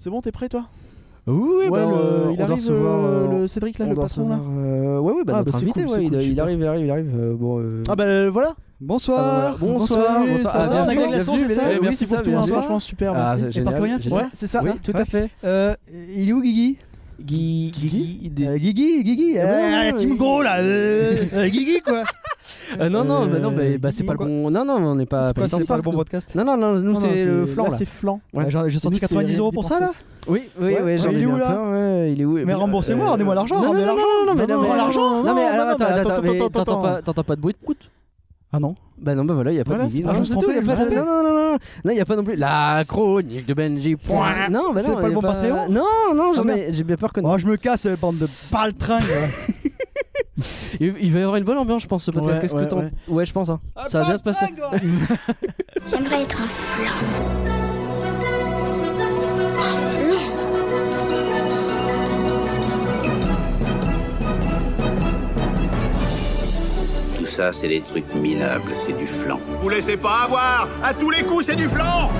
C'est bon, t'es prêt toi Oui, Ouais, bah, le- euh, on il doit arrive recevoir, euh, euh, le Cédric là, on le doit patron là. recevoir, euh, ouais, ouais, bah, Ah, notre bah, c'est invité, cool, ouais, c'est il, cool, il super. arrive, il arrive, il arrive. euh, bon, euh, Ah bah euh, voilà. Ah, Bonsoir. bon, voilà. Bonsoir, Salut, bonsoir. ça Ah, va bien, Avec bien, la glaçon, bienvenue, c'est ça les- oui, Merci c'est pour ça, tout, bien hein, sûr. franchement super. ah, merci. c'est Et par génial, Corien, c'est génial. Ouais, c'est ça. Oui, tout à Ouais. fait. Euh, il est où Guigui Guy, Guy, des- Euh, Guigui, Guigui, euh, ouais, ouais, Team ouais. Go là, euh, euh, Guigui quoi. Euh, non, non, bah, non, bah, Euh, bah, c'est Guigui, pas le quoi. bon. Non, non, on n'est Ah, pas. C'est pas, South c'est pas le Park, bon nous. podcast. Non, non, non, nous c'est le flan Là, là. c'est flan. Ouais. Ouais, j'en- J'ai sorti Nous, c'est 90 euros des pour ça là. princesses. Oui, oui, Ouais, oui, j'en il ai est bien où, là peur, ouais, il est où Mais remboursez-moi, rendez-moi l'argent. Euh, Non, non, rendez-moi non, non, l'argent. non, mais Rendez-moi non, mais- l'argent. Non, mais alors attends, attends, attends, attends, mais attends, t'entends attends. pas- t'entends pas de bruit de coute Ah non. Bah non, bah voilà, y a pas Voilà, de Guigui. c'est Non, pas- non, je c'est me tout, y a trompais, pas je de- me non, non, non, non, non, y a pas non plus. La chronique de Benji. C'est- point. Non, bah c'est non, pas le y a bon Patreon Non, non, j'en Ah, ai- j'ai bien peur que non. Oh, je me casse, euh, bande de paltringues. Oh, Il il va y avoir une bonne ambiance, je pense, ce podcast. Ouais, Qu'est-ce que ouais, t'en- ouais. Ouais, je pense. hein. Ça va bien se passer. J'aimerais être un flan. Tout ça, c'est des trucs minables, c'est du flan. Vous laissez pas avoir À tous les coups, c'est du flanc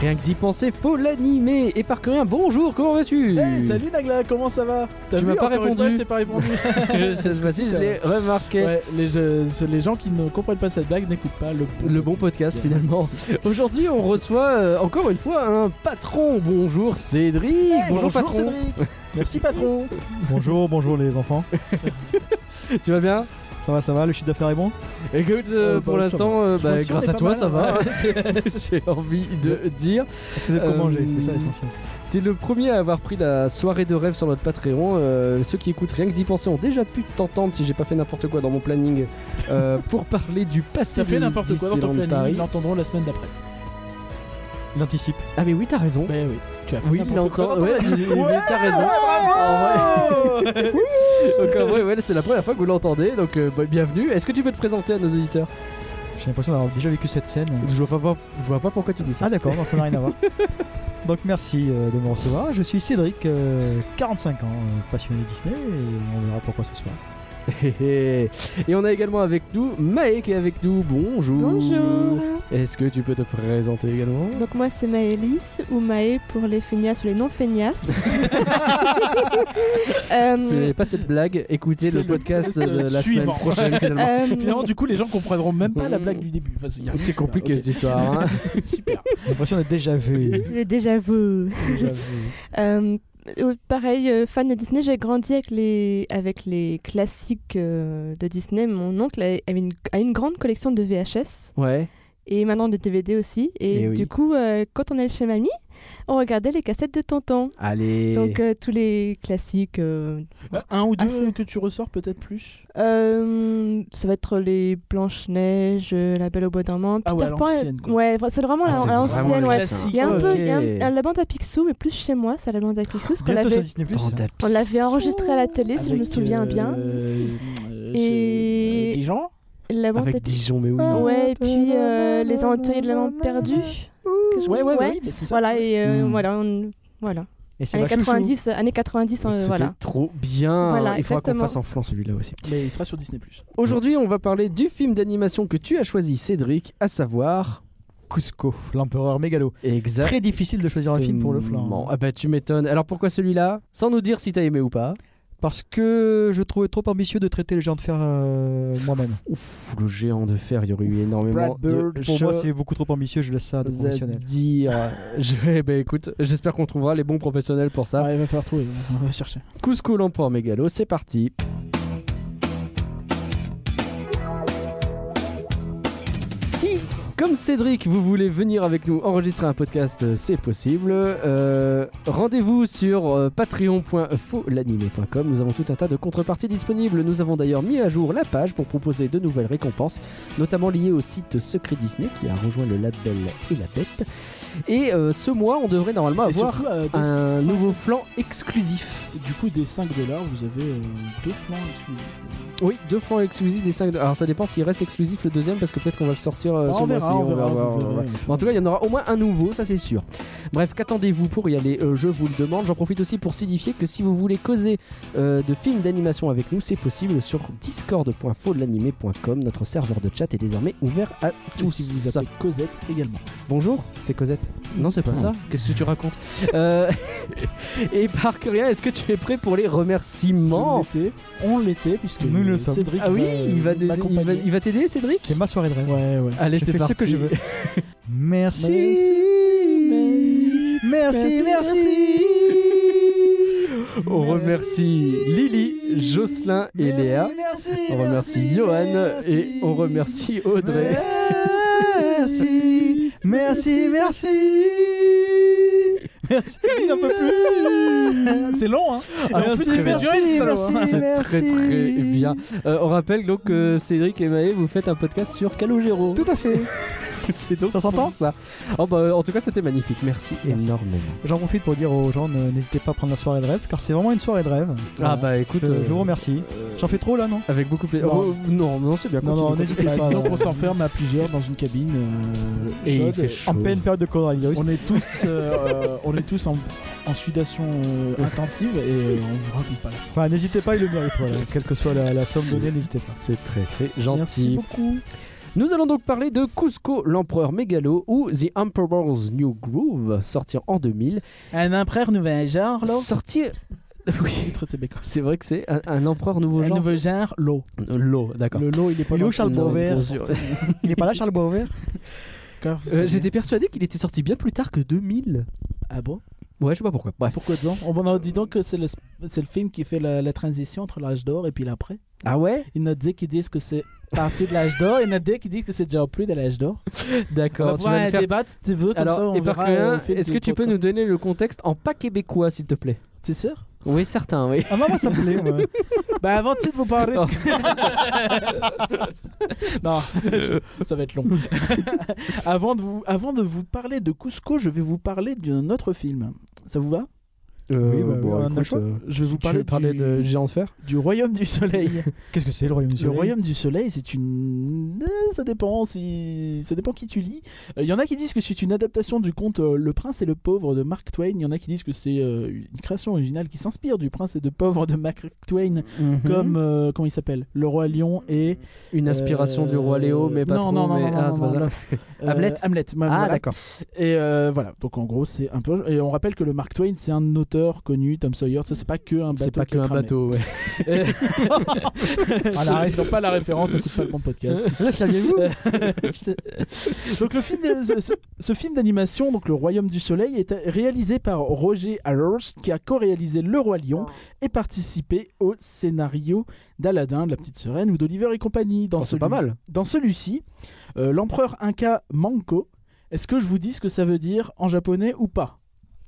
Rien que d'y penser, faut l'animer. Et par rien, bonjour, comment vas-tu Hey, salut Nagla, comment ça va T'as Tu vu, m'as pas encore une répondu. fois, Je t'ai pas répondu. Cette fois-ci, je l'ai remarqué. Ouais, les, jeux- les gens qui ne comprennent pas cette blague n'écoutent pas le bon. Le bon podcast finalement. Aujourd'hui, on reçoit euh, encore une fois un patron. Bonjour Cédric. Bonjour, patron. Cédric. Merci patron. Bonjour, bonjour les enfants. Tu vas bien Ça va, ça va, le chiffre d'affaires est bon Écoute, euh, Euh, bah, pour ça l'instant, euh, Je bah, pense qu'on grâce est à pas toi, mal, ça va. hein. ouais. J'ai envie de dire. Est-ce que vous êtes Euh, pour manger C'est ça l'essentiel. T'es le premier à avoir pris la soirée de rêve sur notre Patreon. Euh, ceux qui écoutent rien que d'y penser ont déjà pu t'entendre si j'ai pas fait n'importe quoi dans mon planning euh, pour parler du passé. Ça fait de n'importe quoi dans ton Disneyland planning, Paris. ils l'entendront la semaine d'après. Il anticipe. Ah mais oui, t'as raison. Bah oui, tu as fait Oui, il n'importe quoi entend. dans ton Ouais, planning. il- il- mais t'as raison. En vrai. donc en vrai, ouais, c'est la première fois que vous l'entendez. Donc euh, bah, bienvenue. Est-ce que tu peux te présenter à nos auditeurs J'ai l'impression d'avoir déjà vécu cette scène. Je vois pas, je vois pas pourquoi tu dis ça. Ah d'accord, non, ça n'a rien à voir. Donc merci euh, de me recevoir. Je suis Cédric, euh, 45 ans, euh, passionné Disney, et on verra pourquoi ce soir. Et on a également avec nous Maë qui est avec nous. Bonjour. Bonjour. Est-ce que tu peux te présenter également Donc moi c'est Maëlys ou Maë pour les feignasses ou les non feignasses. Euh, Si vous n'avez pas cette blague, écoutez le Le podcast podcast, de euh, la semaine suivant. prochaine finalement. euh, Finalement, du coup, les gens comprendront même pas la blague du début. Enfin, c'est- y a rien C'est qui va, compliqué Euh, ok. cette histoire. hein. Super. J'ai l'impression d'être déjà vu. le déjà vu. Déjà vu. Euh, euh, pareil, euh, fan de Disney, j'ai grandi avec les, avec les classiques euh, de Disney. Mon oncle a- avait une, a une grande collection de VHS Ouais. et maintenant de DVD aussi. Et, Eh oui. du coup, euh, quand on allait chez mamie, on regardait les cassettes de tonton. Allez. Donc euh, tous les classiques. euh, Euh, Un ou Ah, deux c'est- que tu ressors peut-être plus Euh, ça va être les Blanches-Neige, euh, La Belle au Bois dormant. Ah ouais, Peter à Pan, l'ancienne, quoi. Ouais, vra- c'est vraiment Ah, la- c'est à vraiment l'ancienne, le ouais. classique. Il y a un peu, Ok. il y a un- un- la bande à Picsou, mais plus chez moi, c'est la bande à Picsou. Parce qu'on Bientôt sur l'avait, Disney+. Panda on l'avait Pizza. enregistré à la télé, si je me Avec, souviens euh, bien. euh, Et- c'est- euh, Dijon La bande à Avec Picsou. Dijon, mais oui. non. Ouais, et puis euh, Les Aventuriers de la Lampe Perdue. que je- Ouais, ouais, ouais. ouais, bah, c'est ça. Voilà, et euh, Hmm. voilà, on- voilà. Et c'est Années ma chouchou. 90, années 90, euh, C'était voilà. trop bien. Voilà, Il faudra qu'on exactement. fasse en flanc celui-là aussi. Mais il sera sur Disney. Plus Aujourd'hui, on va parler du film d'animation que tu as choisi, Cédric, à savoir. Cusco, l'empereur mégalo. Exact. Très difficile de choisir un film pour le flan. Ah bah tu m'étonnes. Alors pourquoi celui-là Sans nous dire si t'as aimé ou pas. Parce que je trouvais trop ambitieux de traiter les gens de faire euh, moi-même. Ouf, le géant de fer, il y aurait eu énormément Brad de Bird, Pour moi, choses c'est beaucoup trop ambitieux, je laisse ça à des à professionnels. dire. Je vais, bah écoute, j'espère qu'on trouvera les bons professionnels pour ça. Ouais, il va falloir trouver. On va chercher. Couscous l'empereur mégalo, c'est parti. Si, comme Cédric, vous voulez venir avec nous enregistrer un podcast, euh, c'est possible. Euh, Rendez-vous sur euh, patreon.folanimé.com. Nous avons tout un tas de contreparties disponibles. Nous avons d'ailleurs mis à jour la page pour proposer de nouvelles récompenses, notamment liées au site Secret Disney qui a rejoint le label et la bête. Et euh, ce mois, on devrait normalement Et avoir surtout, euh, des Ah, un cinq- nouveau flanc exclusif. Du coup, des 5 dollars, vous avez euh, deux flancs exclusifs. Ah, Oui, deux flancs exclusifs des 5 Alors ça dépend s'il reste exclusif le deuxième parce que peut-être qu'on va le sortir euh, Ah, sur on le verra, essayer, Ah, on on, va verra, voir, vous on va verrez. voir. En tout cas, il y en aura au moins un nouveau, ça c'est sûr. Bref, qu'attendez-vous pour y aller Euh, Je vous le demande. J'en profite aussi pour signifier que si vous voulez causer euh, de films d'animation avec nous, c'est possible sur discord.faudelanimé.com. Notre serveur de chat est désormais ouvert à Ou tous. si vous appelez Cosette également. Bonjour, c'est Cosette. Non, c'est Mmh. pas ça. Qu'est-ce que tu racontes Euh, Et par curieux, est-ce que tu es prêt pour les remerciements Je l'étais, On l'était, puisque Nous le sommes. Cédric Ah oui, il va Ah. m'accompagner. t'aider- il va- il va t'aider, Cédric C'est ma soirée de rêve. Ouais, ouais. Allez, Je c'est fais ce parti. que je veux. Merci, merci, merci. On remercie Lily, Jocelyn et Léa. Merci, On remercie merci, Johan merci. et on remercie Audrey. Merci, merci, merci. Merci, il n'en peut plus. C'est long, hein Ah, Merci, c'est très bien. merci, merci, hein. C'est très merci. très bien. Euh, on rappelle donc que Cédric et Maë, vous faites un podcast sur Calogero. Tout à fait. C'est donc Ça s'entend pour ça. Oh, bah, en tout cas, c'était magnifique. Merci, Merci. énormément. J'en profite pour dire aux gens, ne- n'hésitez pas à prendre la soirée de rêve, car c'est vraiment une soirée de rêve. Ah bah écoute, Je, euh, je vous remercie. J'en fais trop là, non avec beaucoup de plaisir. Non. Oh, non, non, c'est bien. continue, Non, non, continue. n'hésitez pas. Disons non. qu'on s'enferme à plusieurs dans une cabine euh, Et il chaude. fait chaud. En pleine période de coronavirus. On est tous, euh, on est tous en, en sudation euh, intensive et on vous raconte pas. Enfin, n'hésitez pas, il le mérite, voilà. Quelle que soit la, la somme donnée, n'hésitez pas. C'est très très Merci gentil. beaucoup. Nous allons donc parler de Cusco, l'empereur mégalo ou The Emperor's New Groove, sorti en 2000. Un empereur nouvel genre, l'eau. Sorti. Oui, Titre québécois. c'est vrai que c'est un, un empereur nouveau Un genre. nouveau genre, l'eau. L'eau, d'accord. Le lot, il est pas Il est dans où, Charles le- Non, Boisvert bien sûr. Il est pas là, Charles Boisvert D'accord, Euh, c'est- J'étais persuadé qu'il était sorti bien plus tard que 2000. Ah bon Ouais, je sais pas pourquoi. Bref. Pourquoi donc On on dit donc que c'est le, c'est le film qui fait la, la transition entre l'âge d'or et puis l'après. Ah ouais Il y en a des qui disent que c'est parti de l'âge d'or, il y en a des qui disent que c'est déjà plus de l'âge d'or. On va D'accord. Bah, tu vas pouvoir nous faire- Bah, débattre si tu veux, comme ça Alors, on verra. Épargne, euh, au fil est-ce du que tu peux nous podcast. donner le contexte en pas québécois, s'il te plaît T'es sûr Oui, certain, oui. Ah, bah, moi, ça me plaît. ouais. Bah avant de vous parler Oh. de... non, je- ça va être long. avant, de vous, avant de vous parler de Cusco, je vais vous parler d'un autre film. Ça vous va Euh, Oui, bah, on a le choix. euh, Je vais vous tu parler, veux parler du, de Géant de Fer du Royaume du Soleil. Qu'est-ce que c'est, le Royaume du Le Soleil Royaume du Soleil, c'est une. Euh, Ça dépend si. Ça dépend qui tu lis. Euh, Il y en a qui disent que c'est une adaptation du conte euh, Le Prince et le Pauvre de Mark Twain. Il y en a qui disent que c'est euh, une création originale qui s'inspire du Prince et de Pauvre de Mark Twain, Mhm. comme. euh, comment il s'appelle Le Roi Lion et. Une inspiration euh, du roi Léo, mais pas non, trop. Non, non, mais- non, ah, non, c'est non, pas ça. l'autre. Euh, Hamlet Hamlet, Ah, voilà. d'accord. Et euh, voilà, donc en gros, c'est un peu. Et on rappelle que le Mark Twain, c'est un auteur connu, Tom Sawyer, ça, c'est pas que un bateau. C'est pas qui que a un cramé. bateau, ouais. Euh, Ah, la Ils n'ont pas la référence, n'écoute pas le bon podcast. Là, saviez-vous donc le film, de- ce, ce- ce film d'animation, donc le Royaume du Soleil, est réalisé par Roger Allers, qui a co-réalisé Le Roi Lion et participé au scénario d'Aladin, de la Petite Sirène ou d'Oliver et compagnie. Dans Oh, c'est pas celui- mal. Dans celui-ci, euh, l'empereur Inca Manco. Est-ce que je vous dis ce que ça veut dire en japonais ou pas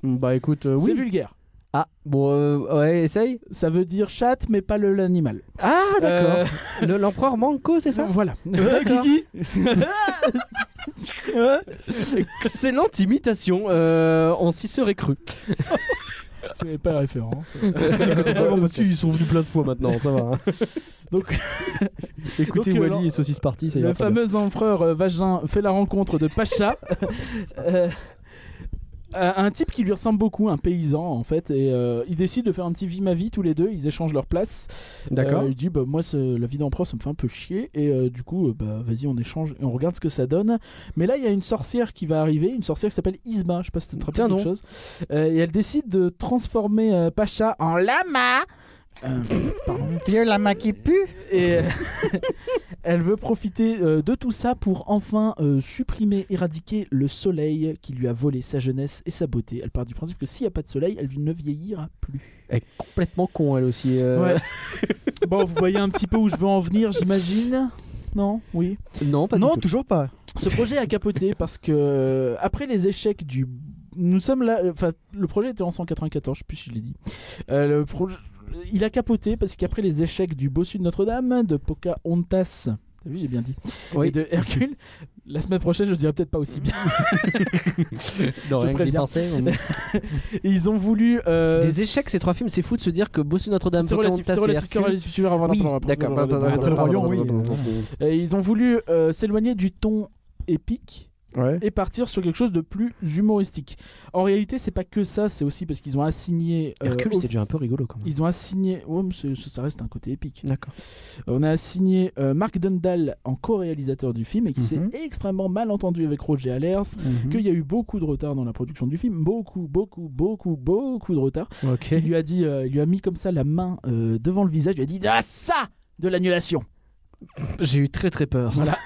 Mm, Bah écoute, euh, C'est oui. vulgaire. Ah, bon, euh, ouais, essaye. Ça veut dire chatte, mais pas le l'animal. Ah, Euh, d'accord. Euh, Le- L'empereur Manco, c'est ça Voilà. D'accord. Excellente imitation. euh, on s'y serait cru. Si vous n'avez pas la référence. Euh, si, ils sont venus plein de fois maintenant, ça va. hein. Donc- Écoutez Donc, euh, Wally et Saucisse Party, ça ira Le très bien. fameux empereur euh, vagin fait la rencontre de Pacha. Euh, euh, un type qui lui ressemble beaucoup, un paysan en fait, et euh, ils décident de faire un petit vie ma vie tous les deux, ils échangent leur place. D'accord. Euh, il dit bah, moi ce- la vie d'empereur ça me fait un peu chier, et euh, du coup euh, bah, vas-y on échange et on regarde ce que ça donne. Mais là il y a une sorcière qui va arriver, une sorcière qui s'appelle Isma, je sais pas si tu te rappelles Tiens quelque chose. Euh, et elle décide de transformer euh, Pacha en lama. Euh, Dieu, la main qui pue et euh, elle veut profiter euh, de tout ça pour enfin euh, supprimer, éradiquer le soleil qui lui a volé sa jeunesse et sa beauté. Elle part du principe que s'il n'y a pas de soleil, elle ne vieillira plus. Elle est complètement con, elle aussi. euh. bon, vous voyez un petit peu où je veux en venir, j'imagine Non Oui. Non, pas du Non, tout. toujours pas. Ce projet a capoté parce que, euh, après les échecs du. Nous sommes là. Enfin, le projet était en 194, je sais plus si je l'ai dit. Euh, le projet. Il a capoté parce qu'après les échecs du Bossu de Notre-Dame, de Pocahontas, t'as vu j'ai bien dit, Oui. et de Hercule. La semaine prochaine, je dirais peut-être pas aussi bien. Non, Je rien que d'y préviens. penser, on- Et ils ont voulu. euh, Des échecs, ces trois films, c'est fou de se dire que Bossu Notre-Dame, C'est relatif, c'est Pocahontas et relatif, c'est Hercule- relatif. Tu verras avant Oui, la- d'accord. Et ils ont voulu euh, s'éloigner du ton épique Ouais. et partir sur quelque chose de plus humoristique. En réalité, c'est pas que ça, c'est aussi parce qu'ils ont assigné. euh, Hercule, au- c'est déjà un peu rigolo quand même. Ils ont assigné. Ouais, mais c'est- ça reste un côté épique. D'accord. On a assigné euh, Mark Dundall en co-réalisateur du film et qui Mhm. s'est extrêmement mal entendu avec Roger Allers. Mm-hmm. Qu'il y a eu beaucoup de retard dans la production du film, beaucoup, beaucoup, beaucoup, beaucoup de retard. Ok. Il lui a dit, euh, il lui a mis comme ça la main euh, devant le visage, il lui a dit ah ça de l'annulation. J'ai eu très très peur. Voilà.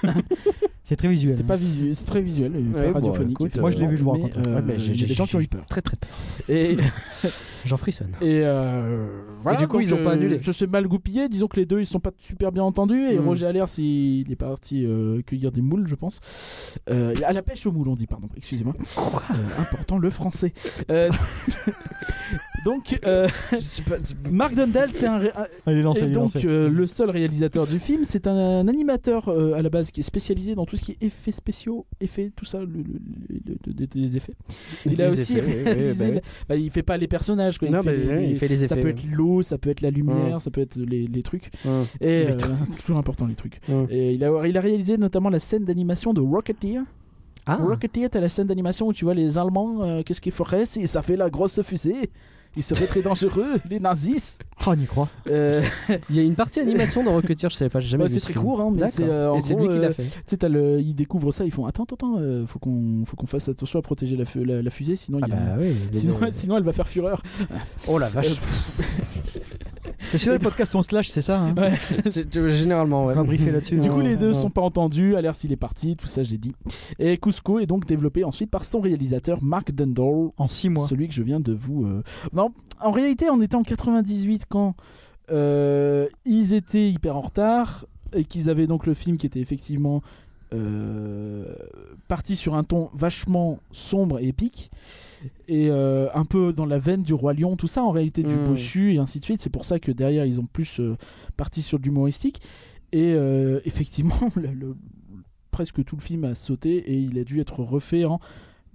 C'est très visuel. C'était pas visuel, c'est très visuel, euh, Ouais, pas bon, radiophonique. écoute, effectivement, moi, je l'ai vu, je vous mais, raconte. euh, Ouais, mais j'ai- il y a des j'ai- gens qui ont eu peur. Très très peur. Et, J'en frissonne. et, euh, voilà. du coup, donc, ils ont pas euh, annulé. Je sais mal goupillé. Disons que les deux, ils sont pas super bien entendus. Et Mm. Roger Allers, il il est parti euh, cueillir des moules, je pense. Euh, à la pêche aux moules, on dit, pardon. Excusez-moi. Euh, important, le français. Euh, donc, euh, Mark Dundell, c'est un, ré- un- Allez, lancez, et allez, donc lancez. euh, Mm. le seul réalisateur du film, c'est un, animateur euh, à la base qui est spécialisé dans tout ce qui est effets spéciaux, effets, tout ça, le, le- le- le- des- des effets. Il a Les aussi effets, oui, oui, bah réalisé. oui. le- bah, il fait pas les personnages, quoi. Non, il, fait mais les- ouais, il les- fait les Ça effets, peut être l'eau, ça peut être la lumière, Ouais. ça peut être les, les trucs. Ouais. Et Les euh, Mm. c'est toujours important les trucs. Ouais. Et il a, il a réalisé notamment la scène d'animation de Rocketeer. Ah. Rocketeer, t'as la scène d'animation où tu vois les Allemands, euh, qu'est-ce qu'ils feraient si ça fait la grosse fusée Ils seraient très dangereux, les nazis. Ah, on y croit. Euh, Il y a une partie animation dans Rocketeer, je savais pas, j'ai jamais Ouais, vu. c'est ce très film. court, hein, mais D'accord. c'est, euh, en Et c'est gros, lui qui l'a euh, fait. Tu sais, t'as le- ils découvrent ça, ils font attends, attends, attends, euh, faut qu'on, faut qu'on fasse attention à protéger la, fu- la, la fusée, sinon, Ah il y a- bah oui. les- sinon, sinon elle va faire fureur. Oh la vache. C'est celui-là le podcast on se lâche, c'est ça hein Ouais. C'est- euh, Généralement, ouais. On va briefer là-dessus. Du coup, hein. les deux sont pas entendus. Allers, il est parti, tout ça, j'ai dit. Et Cusco est donc développé ensuite par son réalisateur Mark Dundall, En 6 mois. celui que je viens de vous. euh, Non, en réalité, on était en 98 quand euh, ils étaient hyper en retard et qu'ils avaient donc le film qui était effectivement euh, parti sur un ton vachement sombre et épique et euh, un peu dans la veine du roi lion tout ça en réalité du Mm. bossu et ainsi de suite c'est pour ça que derrière ils ont plus euh, parti sur de l'humoristique et euh, effectivement le- le- presque tout le film a sauté et il a dû être refait en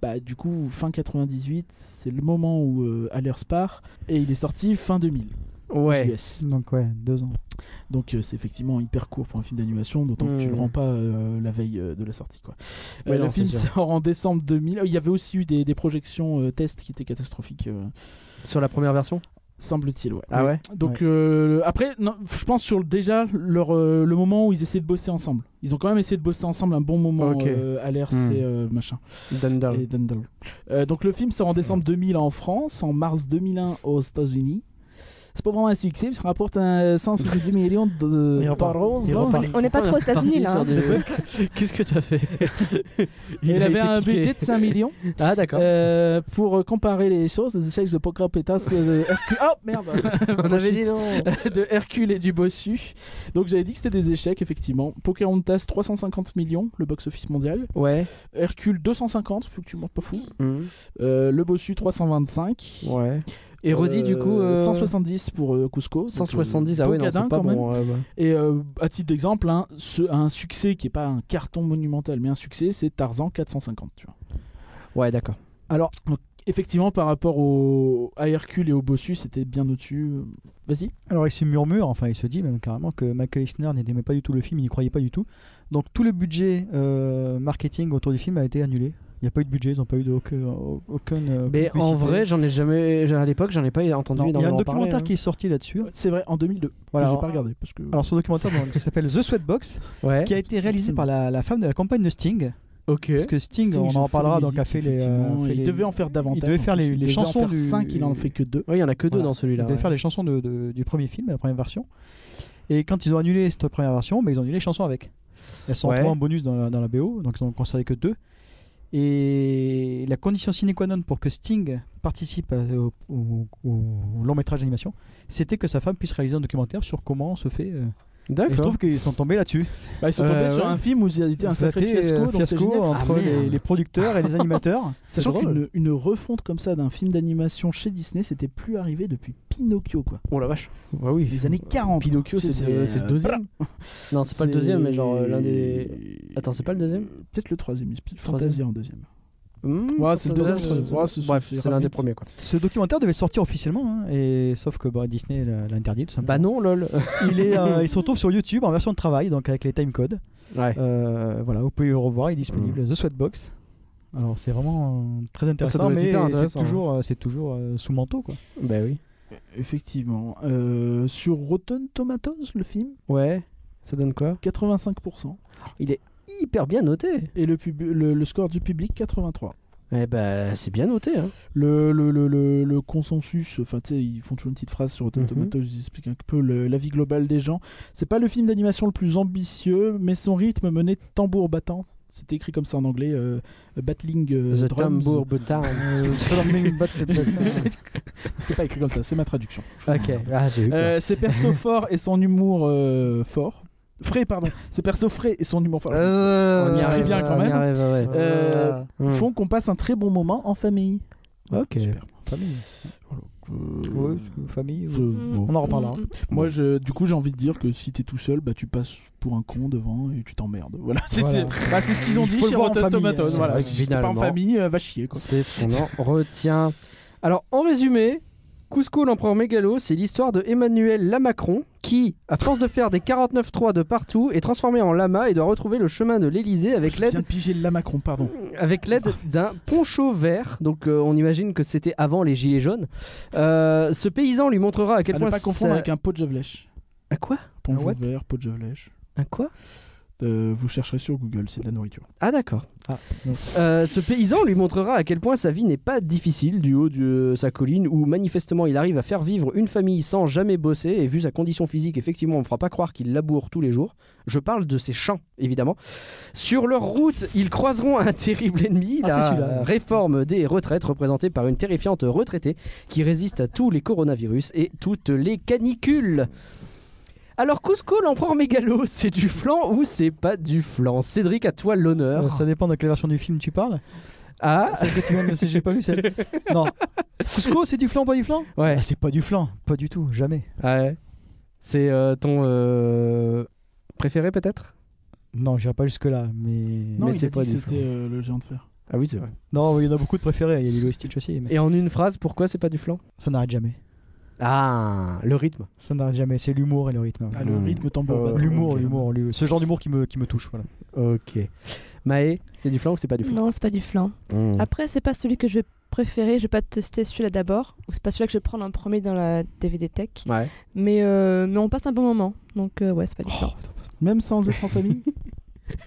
bah, du coup fin 98 c'est le moment où euh, Allers part et il est sorti fin 2000 Ouais. US. Donc, ouais, 2 ans. Donc euh, c'est effectivement hyper court pour un film d'animation, d'autant que tu le Mm. rends pas euh, la veille euh, de la sortie. Quoi. Euh, Ouais, le non, film c'est sûr. sort en décembre 2000. Euh, Il y avait aussi eu des, des projections euh, tests qui étaient catastrophiques, euh, Sur la première version semble-t-il. Ouais. Ah ouais Donc euh, après, non, je pense sur le- déjà leur, euh, le moment où ils essaient de bosser ensemble. Ils ont quand même essayé de bosser ensemble un bon moment Ok. Ah euh, à l'air, Mm. c'est euh, machin. Dundal. Et Dundle. Euh, donc le film sort en décembre 2000 en France, en mars 2001 aux États-Unis. C'est pas vraiment un succès, ça rapporte un 170 millions de Il repart. dollars. Il non repart. On n'est pas trop aux Parti États-Unis là. sur hein. des- Qu'est-ce que t'as fait Il, a avait été un piqué. budget de 5 millions. Ah d'accord. Euh, pour euh, comparer les choses, les échecs de poker pétasse euh, de Hercule. Oh merde On avait dit Bullshit. non. De Hercule et du Bossu. Donc j'avais dit que c'était des échecs, effectivement. Pocahontas 350 millions, le box-office mondial. Ouais. Hercule 250, faut que tu montes pas fou. Mhm. Euh, le Bossu 325. Ouais. Et redis du Euh, coup. euh, 170 pour euh, Cusco. Donc, euh, 170, ah ouais, non, Pocadin, c'est pas quand même. bon. ouais, ouais. bah. Et euh, à titre d'exemple, hein, ce- un succès qui est pas un carton monumental, mais un succès, c'est Tarzan 450, tu vois. Ouais, d'accord. Effectivement, par rapport au... à Hercule et au Bossu, c'était bien au-dessus. Euh, Vas-y. Alors il se murmure, enfin il se dit même carrément que Michael Eisner n'aimait pas du tout le film, il n'y croyait pas du tout. Donc tout le budget euh, marketing autour du film a été annulé. Il n'y a pas eu de budget, ils n'ont pas eu de aucun. aucun euh, Mais en publicité. vrai, j'en ai jamais. À l'époque, j'en ai pas entendu. Non, il y a un énormément documentaire parler, hein. qui est sorti là-dessus. C'est vrai, en 2002. Voilà, Voilà, j'ai alors- pas regardé parce que. Alors ce documentaire donc, ça s'appelle The Sweatbox, Ouais. qui a été réalisé par la, la femme de la campagne de Sting. Ok. Parce que Sting, Sting, on j'ai en fait reparlera, des donc a musiques, fait les. effectivement, euh, fait il les- devait en faire davantage. il devait faire en les- plus. les Il devait chansons en faire du- 5, il en fait que 2. Ouais, il y en a que deux Voilà. dans Il celui-là. devait ouais. faire les chansons de- de- du premier film, la première version. Et quand ils ont annulé cette première version, mais ils ont annulé les chansons avec. Elles sont Ouais. retrouvées en bonus dans la, dans la BO, donc ils n'ont conservé que deux. Et la condition sine qua non pour que Sting participe à- au, au- au long métrage d'animation, c'était que sa femme puisse réaliser un documentaire sur comment on se fait. euh. Et je D'accord. trouve qu'ils sont tombés là-dessus. Bah, ils sont Euh, tombés sur ouais. un film où il y a été un Ça a sacré été, euh, fiasco. donc c'est fiasco génial. entre Ah, merde. les, les producteurs et les animateurs. Sachant qu'une drôle. une refonte comme ça d'un film d'animation chez Disney, c'était plus arrivé depuis Pinocchio, quoi. Oh la vache. Ouais, oui. Les années 40. Pinocchio, c'est euh, de- c'est le deuxième. Non, c'est pas le deuxième, mais genre euh, l'un euh, des. Attends, c'est pas le deuxième Peut-être le troisième. c'est peut-être Troisième. Fantasia en deuxième. Hmm, Ouais, c'est le déjà, deuxième, c'est- ouais, c'est- Bref, c'est c'est l'un des rapide. premiers quoi. Ce documentaire devait sortir officiellement, hein, et sauf que bah, Disney l'a l'a interdit tout simplement. Bah non, lol. il, est, euh, il se retrouve sur YouTube en version de travail, donc avec les timecodes. ouais. Euh, voilà, vous pouvez le revoir, il est disponible. The Sweatbox. Alors c'est vraiment euh, très intéressant, Mm. doit être mais hyper c'est intéressant, hein. toujours, euh, c'est toujours euh, sous manteau quoi. Bah oui. Effectivement. Euh, sur Rotten Tomatoes, le film, Ouais. Ça donne quoi 85%. Il est hyper bien noté. Et le, pub- le, le score du public, 83%. Eh bah, c'est bien noté. Hein. Le, le, le, le, le consensus, enfin tu sais, ils font toujours une petite phrase sur Rotten Mhm. Tomatoes, ils expliquent un peu le- la vie globale des gens. C'est pas le film d'animation le plus ambitieux, mais son rythme menait tambour battant. C'était écrit comme ça en anglais, euh, battling euh, The drums. Tambour Button. C'était pas écrit comme ça, c'est ma traduction. ok. Ah, j'ai eu peur. Euh, ses persos forts et son humour euh, fort. Frais, pardon. Ses persos frais et son humour fort. Euh, on y j'y Euh, arrive bien quand on y même. arrive, ouais. Euh, Hmm. font qu'on passe un très bon moment en famille. Ok. Super. Famille. Hmm. Voilà. Euh, Ouais, famille. Je- Mm, bon. On en reparlera. Moi, je, du coup, j'ai envie de dire que si t'es tout seul, bah, tu passes pour un con devant et tu t'emmerdes. Voilà, c'est Voilà. c'est- bah, c'est ce qu'ils ont Il dit faut le chez voir en Rotten famille, hein. Tomatoes. c'est Voilà, vrai si que t'es pas en finalement- famille, euh, va chier. Quoi. Mm. C'est ce qu'on en retient. Alors, en résumé, Cusco, l'empereur mégalo, c'est l'histoire de Emmanuel Lamacron qui, à force de faire des 49-3 de partout, est transformé en lama et doit retrouver le chemin de l'Elysée avec Je viens l'aide de piger le Lamacron, pardon. avec l'aide d'un poncho vert. Donc, euh, on imagine que c'était avant les gilets jaunes. Euh, ce paysan lui montrera à quel À ne point pas confondre ça- avec un pot de javelèche. un quoi Ponge Ah, what vert, pot de javelèche. Un quoi Euh, vous chercherez sur Google, c'est de la nourriture. Ah d'accord. Ah. Euh, ce paysan lui montrera à quel point sa vie n'est pas difficile du haut de euh, sa colline où manifestement il arrive à faire vivre une famille sans jamais bosser et vu sa condition physique effectivement on ne fera pas croire qu'il laboure tous les jours. Je parle de ses champs évidemment. Sur leur route ils croiseront un terrible ennemi, Ah, c'est la celui-là. réforme des retraites représentée par une terrifiante retraitée qui résiste à tous les coronavirus et toutes les canicules. Alors Cusco, l'empereur mégalo, c'est du flan ou c'est pas du flan Cédric, à toi l'honneur. Euh, ça dépend de quelle version du film tu parles. Ah, Celle que tu viens de me- j'ai pas vu celle. Non. Cusco, c'est du flan, pas du flan ouais. Ah, C'est pas du flan, pas du tout, jamais. ouais. C'est euh, ton euh, préféré peut-être Non, j'irai pas jusque là, mais. Non, Mais il c'est a pas dit du que c'était euh, le géant de fer. Ah oui, c'est vrai. Non, il y en a beaucoup de préférés. Il y a Lilo et Stitch aussi, mais Et en une phrase, pourquoi c'est pas du flan ça n'arrête jamais. Ah, le rythme. Ça n'arrête jamais. C'est l'humour et le rythme. Ah, le Hmm. rythme tambour. Euh, battant. Oh, L'humour, Ok. l'humour, l'hu- ce genre d'humour qui me, qui me touche. Voilà. Ok. Maë, c'est du flan ou c'est pas du flan mm. Non, c'est pas du flan. Hmm. Après, c'est pas celui que je vais préférer. Je vais pas te tester celui-là d'abord. Ou c'est pas celui-là que je vais prendre en premier dans la DVD Tech. Ouais. Mais, euh, mais on passe un bon moment. Donc, euh, ouais, c'est pas du flan. Même sans être en famille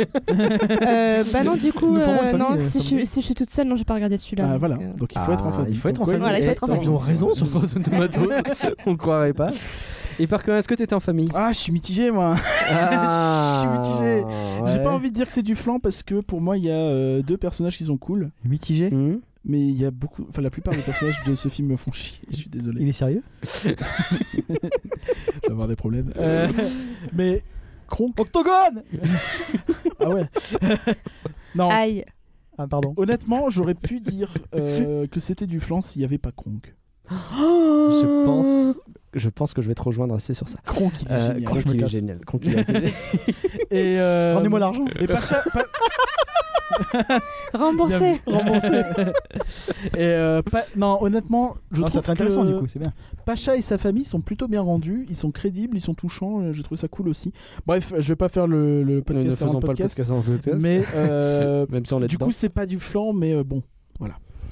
Euh, bah non, du coup, Nous formons une euh, famille, non, euh, si je, samedi. suis- si je suis toute seule, non, j'ai pas regardé celui-là. Ah, donc, Voilà, euh, donc il faut être en Ah, famille. Il faut être en Donc, famille. ouais, Voilà, il faut être en Eh, famille. Ils ont raison sur Rotten Tomatoes. On croirait pas. Et par contre, est-ce que t'étais en famille Ah, je suis mitigé, moi. Ah, Je suis mitigé. J'ai ouais. pas envie de dire que c'est du flan parce que pour moi, il y a euh, deux personnages qui sont cool, Mitigé Hmm. mais il y a beaucoup. Enfin, la plupart des personnages de ce film me font chier. Je suis désolé. Il est sérieux Je vais avoir des problèmes. Euh, mais. Kronk. Octogone Ah ouais. non. Aïe. Ah, pardon. Honnêtement, j'aurais pu dire euh, que c'était du flan s'il n'y avait pas Kronk. Oh. Je pense, je pense que je vais te rejoindre assez sur ça. Kronk, il est Euh, génial. Conquis, je me il est casse. génial. Conquis, il est assez- Et. euh, Rendez-moi l'argent. Ah, Et par cha- par- Remboursé. et, euh, pas- non, honnêtement, je Ah, ça trouve serait intéressant que du coup, c'est bien. Pacha et sa famille sont plutôt bien rendus, ils sont crédibles, ils sont touchants, euh, j'ai trouvé ça cool aussi. Bref, je vais pas faire le, le Nous ne podcast avant faisons le pas le podcast, podcast en podcast. mais euh, Même si on est du dedans. coup c'est pas du flan, mais euh, bon.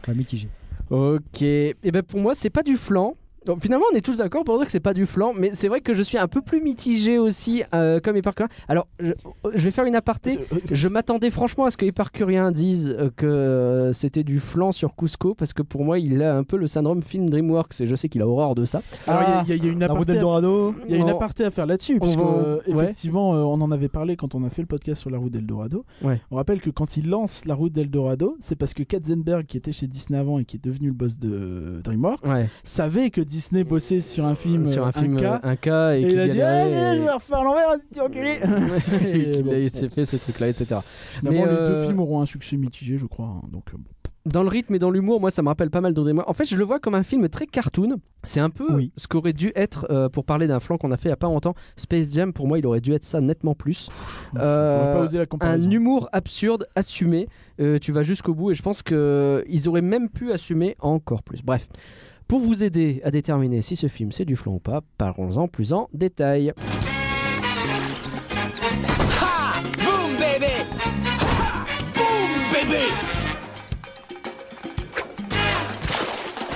Enfin, mitigé. Ok. Et ben pour moi, c'est pas du flan. Donc, finalement, on est tous d'accord pour dire que c'est pas du flan, mais c'est vrai que je suis un peu plus mitigé aussi, euh, comme Éparcurien. Alors, je, je vais faire une aparté. Euh, euh, Je m'attendais franchement à ce que Éparcurien dise euh, que euh, c'était du flan sur Cusco, parce que pour moi, il a un peu le syndrome film DreamWorks, et je sais qu'il a horreur de ça. Alors il y a- il y, a une Ah, La aparté route à- d'Eldorado. il y a une On- aparté à faire là-dessus, on puisque va- euh, ouais. effectivement, euh, on en avait parlé quand on a fait le podcast sur la route d'Eldorado. Ouais. On rappelle que quand il lance la route d'Eldorado, c'est parce que Katzenberg, qui était chez Disney avant et qui est devenu le boss de DreamWorks, Ouais. savait que Disney bossait sur un film, sur un euh, film, Inca, euh, un cas, et, et, qu'il il a dit galérait, Allez, et- je vais refaire l'envers, c'est enculé Et Et qu'il bon, a- il bon. s'est fait ce truc-là, etc. Finalement, Mais, les euh, deux films auront un succès mitigé, je crois. hein, donc, euh, bon. dans le rythme et dans l'humour, moi, ça me rappelle pas mal Donnez-moi. En fait, je le vois comme un film très cartoon. C'est un peu Oui. ce qu'aurait dû être, euh, pour parler d'un flanc qu'on a fait il y a pas longtemps, Space Jam, pour moi, il aurait dû être ça nettement plus. Euh, J'aurais pas osé la un comparaison. humour absurde, assumé. Euh, tu vas jusqu'au bout et je pense qu'ils auraient même pu assumer encore plus. Bref. Pour vous aider à déterminer si ce film c'est du flan ou pas, parlons-en plus en détail.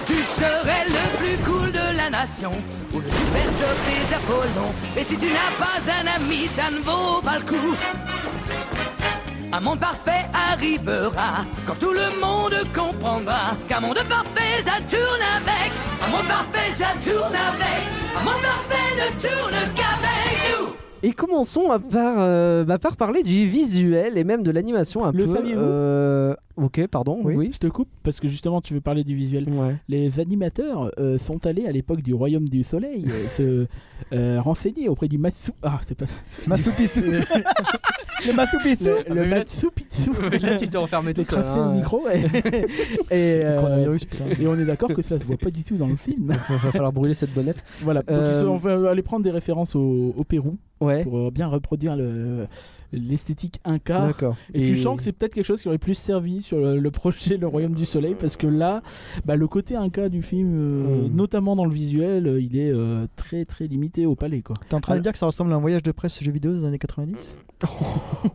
Tu serais le plus cool de la nation ou le super top des Apollons. Et si tu n'as pas un ami, ça ne vaut pas le coup. Un monde parfait arrivera quand tout le monde comprendra qu'un monde parfait ça tourne avec. Un monde parfait ça tourne avec. Un monde parfait ne tourne qu'avec nous. Et commençons à par, euh, bah, par parler du visuel et même de l'animation un Le peu. saviez-vous euh, Ok, pardon. Oui. Je te coupe parce que justement tu veux parler du visuel. Ouais. Les animateurs euh, sont allés à l'époque du Royaume du Soleil euh, se euh, renseigner auprès du Matsu. Ah, c'est pas. Matou Picchu. Le Matsu Picchu Le, mais là- Matsu Picchu Là, tu t'es enfermé T'as tout seul. craché hein, le ouais. micro et, et, euh, Coronavirus, putain. et on est d'accord que ça se voit pas du tout dans le film. Il va falloir brûler cette bonnette. voilà, donc Euh, ils sont- on va aller prendre des références au, au Pérou Ouais. pour euh, bien reproduire le- l'esthétique inca. D'accord. Ah, Et, tu sens que c'est peut-être quelque chose qui aurait plus servi sur le, le projet Le Royaume du Soleil parce que là, bah, le côté inca du film, euh, Mm. notamment dans le visuel, euh, il est euh, très très limité au palais quoi. T'es en train de dire que ça ressemble à un voyage de presse jeu vidéo des années 90 Mm.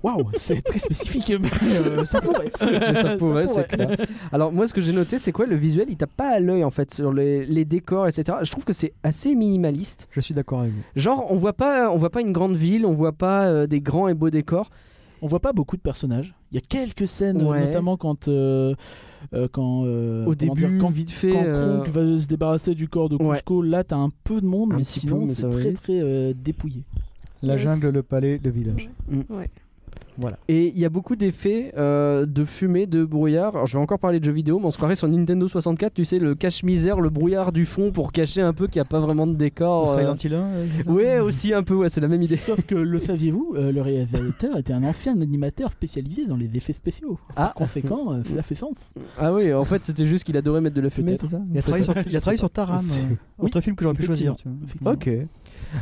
Waouh, c'est très spécifique mais euh, ça pourrait. Mais ça pourrait, c'est clair. Alors moi, ce que j'ai noté, c'est quoi le visuel Il tape pas à l'œil en fait sur les, les décors, etc. Je trouve que c'est assez minimaliste. Je suis d'accord avec vous. Genre, on voit pas, on voit pas une grande ville, on voit pas euh, des grands et beaux décors. On voit pas beaucoup de personnages. Il y a quelques scènes, euh, Ouais. notamment quand euh, euh, quand euh, comment Au début, dire, quand, vite fait. quand euh, Kronk va se débarrasser du corps de Ouais. Cusco, là t'as un peu de monde, Un mais petit peu, sinon mais ça c'est va très vite. très euh, dépouillé. La Yes. jungle, le palais, le village. Et il y a beaucoup d'effets euh, de fumée, de brouillard. Alors, je vais encore parler de jeux vidéo, mais on se croirait sur Nintendo 64, tu sais, le cache-misère, le brouillard du fond pour cacher un peu qu'il n'y a pas vraiment de décor. Oh, Au euh. Silent Hill 1, euh, c'est ça Ouais, aussi un peu, ouais, c'est la même idée. Sauf que le saviez-vous, euh, le réalisateur était un ancien animateur spécialisé dans les effets spéciaux. Ah. Par conséquent, euh, cela fait sens. Ah oui, en fait, c'était juste qu'il adorait mettre de la fumée, Peut-être. c'est ça Il a travaillé sur, il a travaillé sur Taram, C'est- euh, Oui, autre film que j'aurais pu choisir. Tu vois. Effectivement. Ok.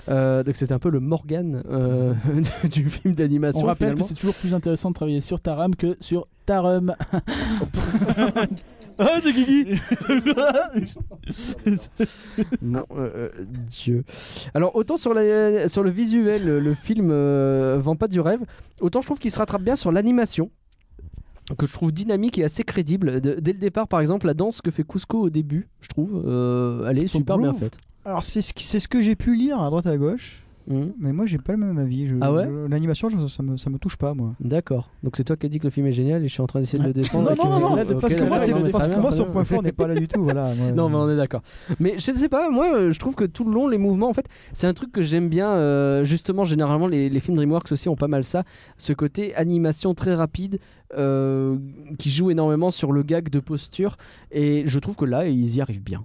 Euh, donc c'était un peu le Morgan euh, du film On d'animation. rappelle finalement. que c'est toujours plus intéressant de travailler sur Taram que sur Tarum. Ah, c'est Guigui Non, euh, euh, Dieu. Alors autant sur, la- sur le visuel, le, le film euh, vend pas du rêve, autant je trouve qu'il se rattrape bien sur l'animation que je trouve dynamique et assez crédible. De- dès le départ, par exemple, la danse que fait Cusco au début, je trouve, euh, elle est Son super bien groove. faite. Alors, c'est ce, qui- c'est ce que j'ai pu lire à droite et à gauche, Mhm. mais moi, j'ai pas le même avis. Je- Ah ouais je- L'animation, je- ça me, ça me touche pas, moi. D'accord. Donc c'est toi qui as dit que le film est génial et je suis en train d'essayer de le défendre. Non, et que- non, non, Ok, non, parce que moi, d'accord, c'est- non, mais parce très que bien, moi, très sur bien. point fort, on n'est pas là du tout. Voilà, moi, Non, euh, mais on est d'accord. Mais je sais pas, moi euh, je trouve que tout le long, les mouvements, en fait, c'est un truc que j'aime bien. euh, justement, généralement, les, les films DreamWorks aussi ont pas mal ça. Ce côté animation très rapide euh, qui joue énormément sur le gag de posture. Et je trouve que là, ils y arrivent bien.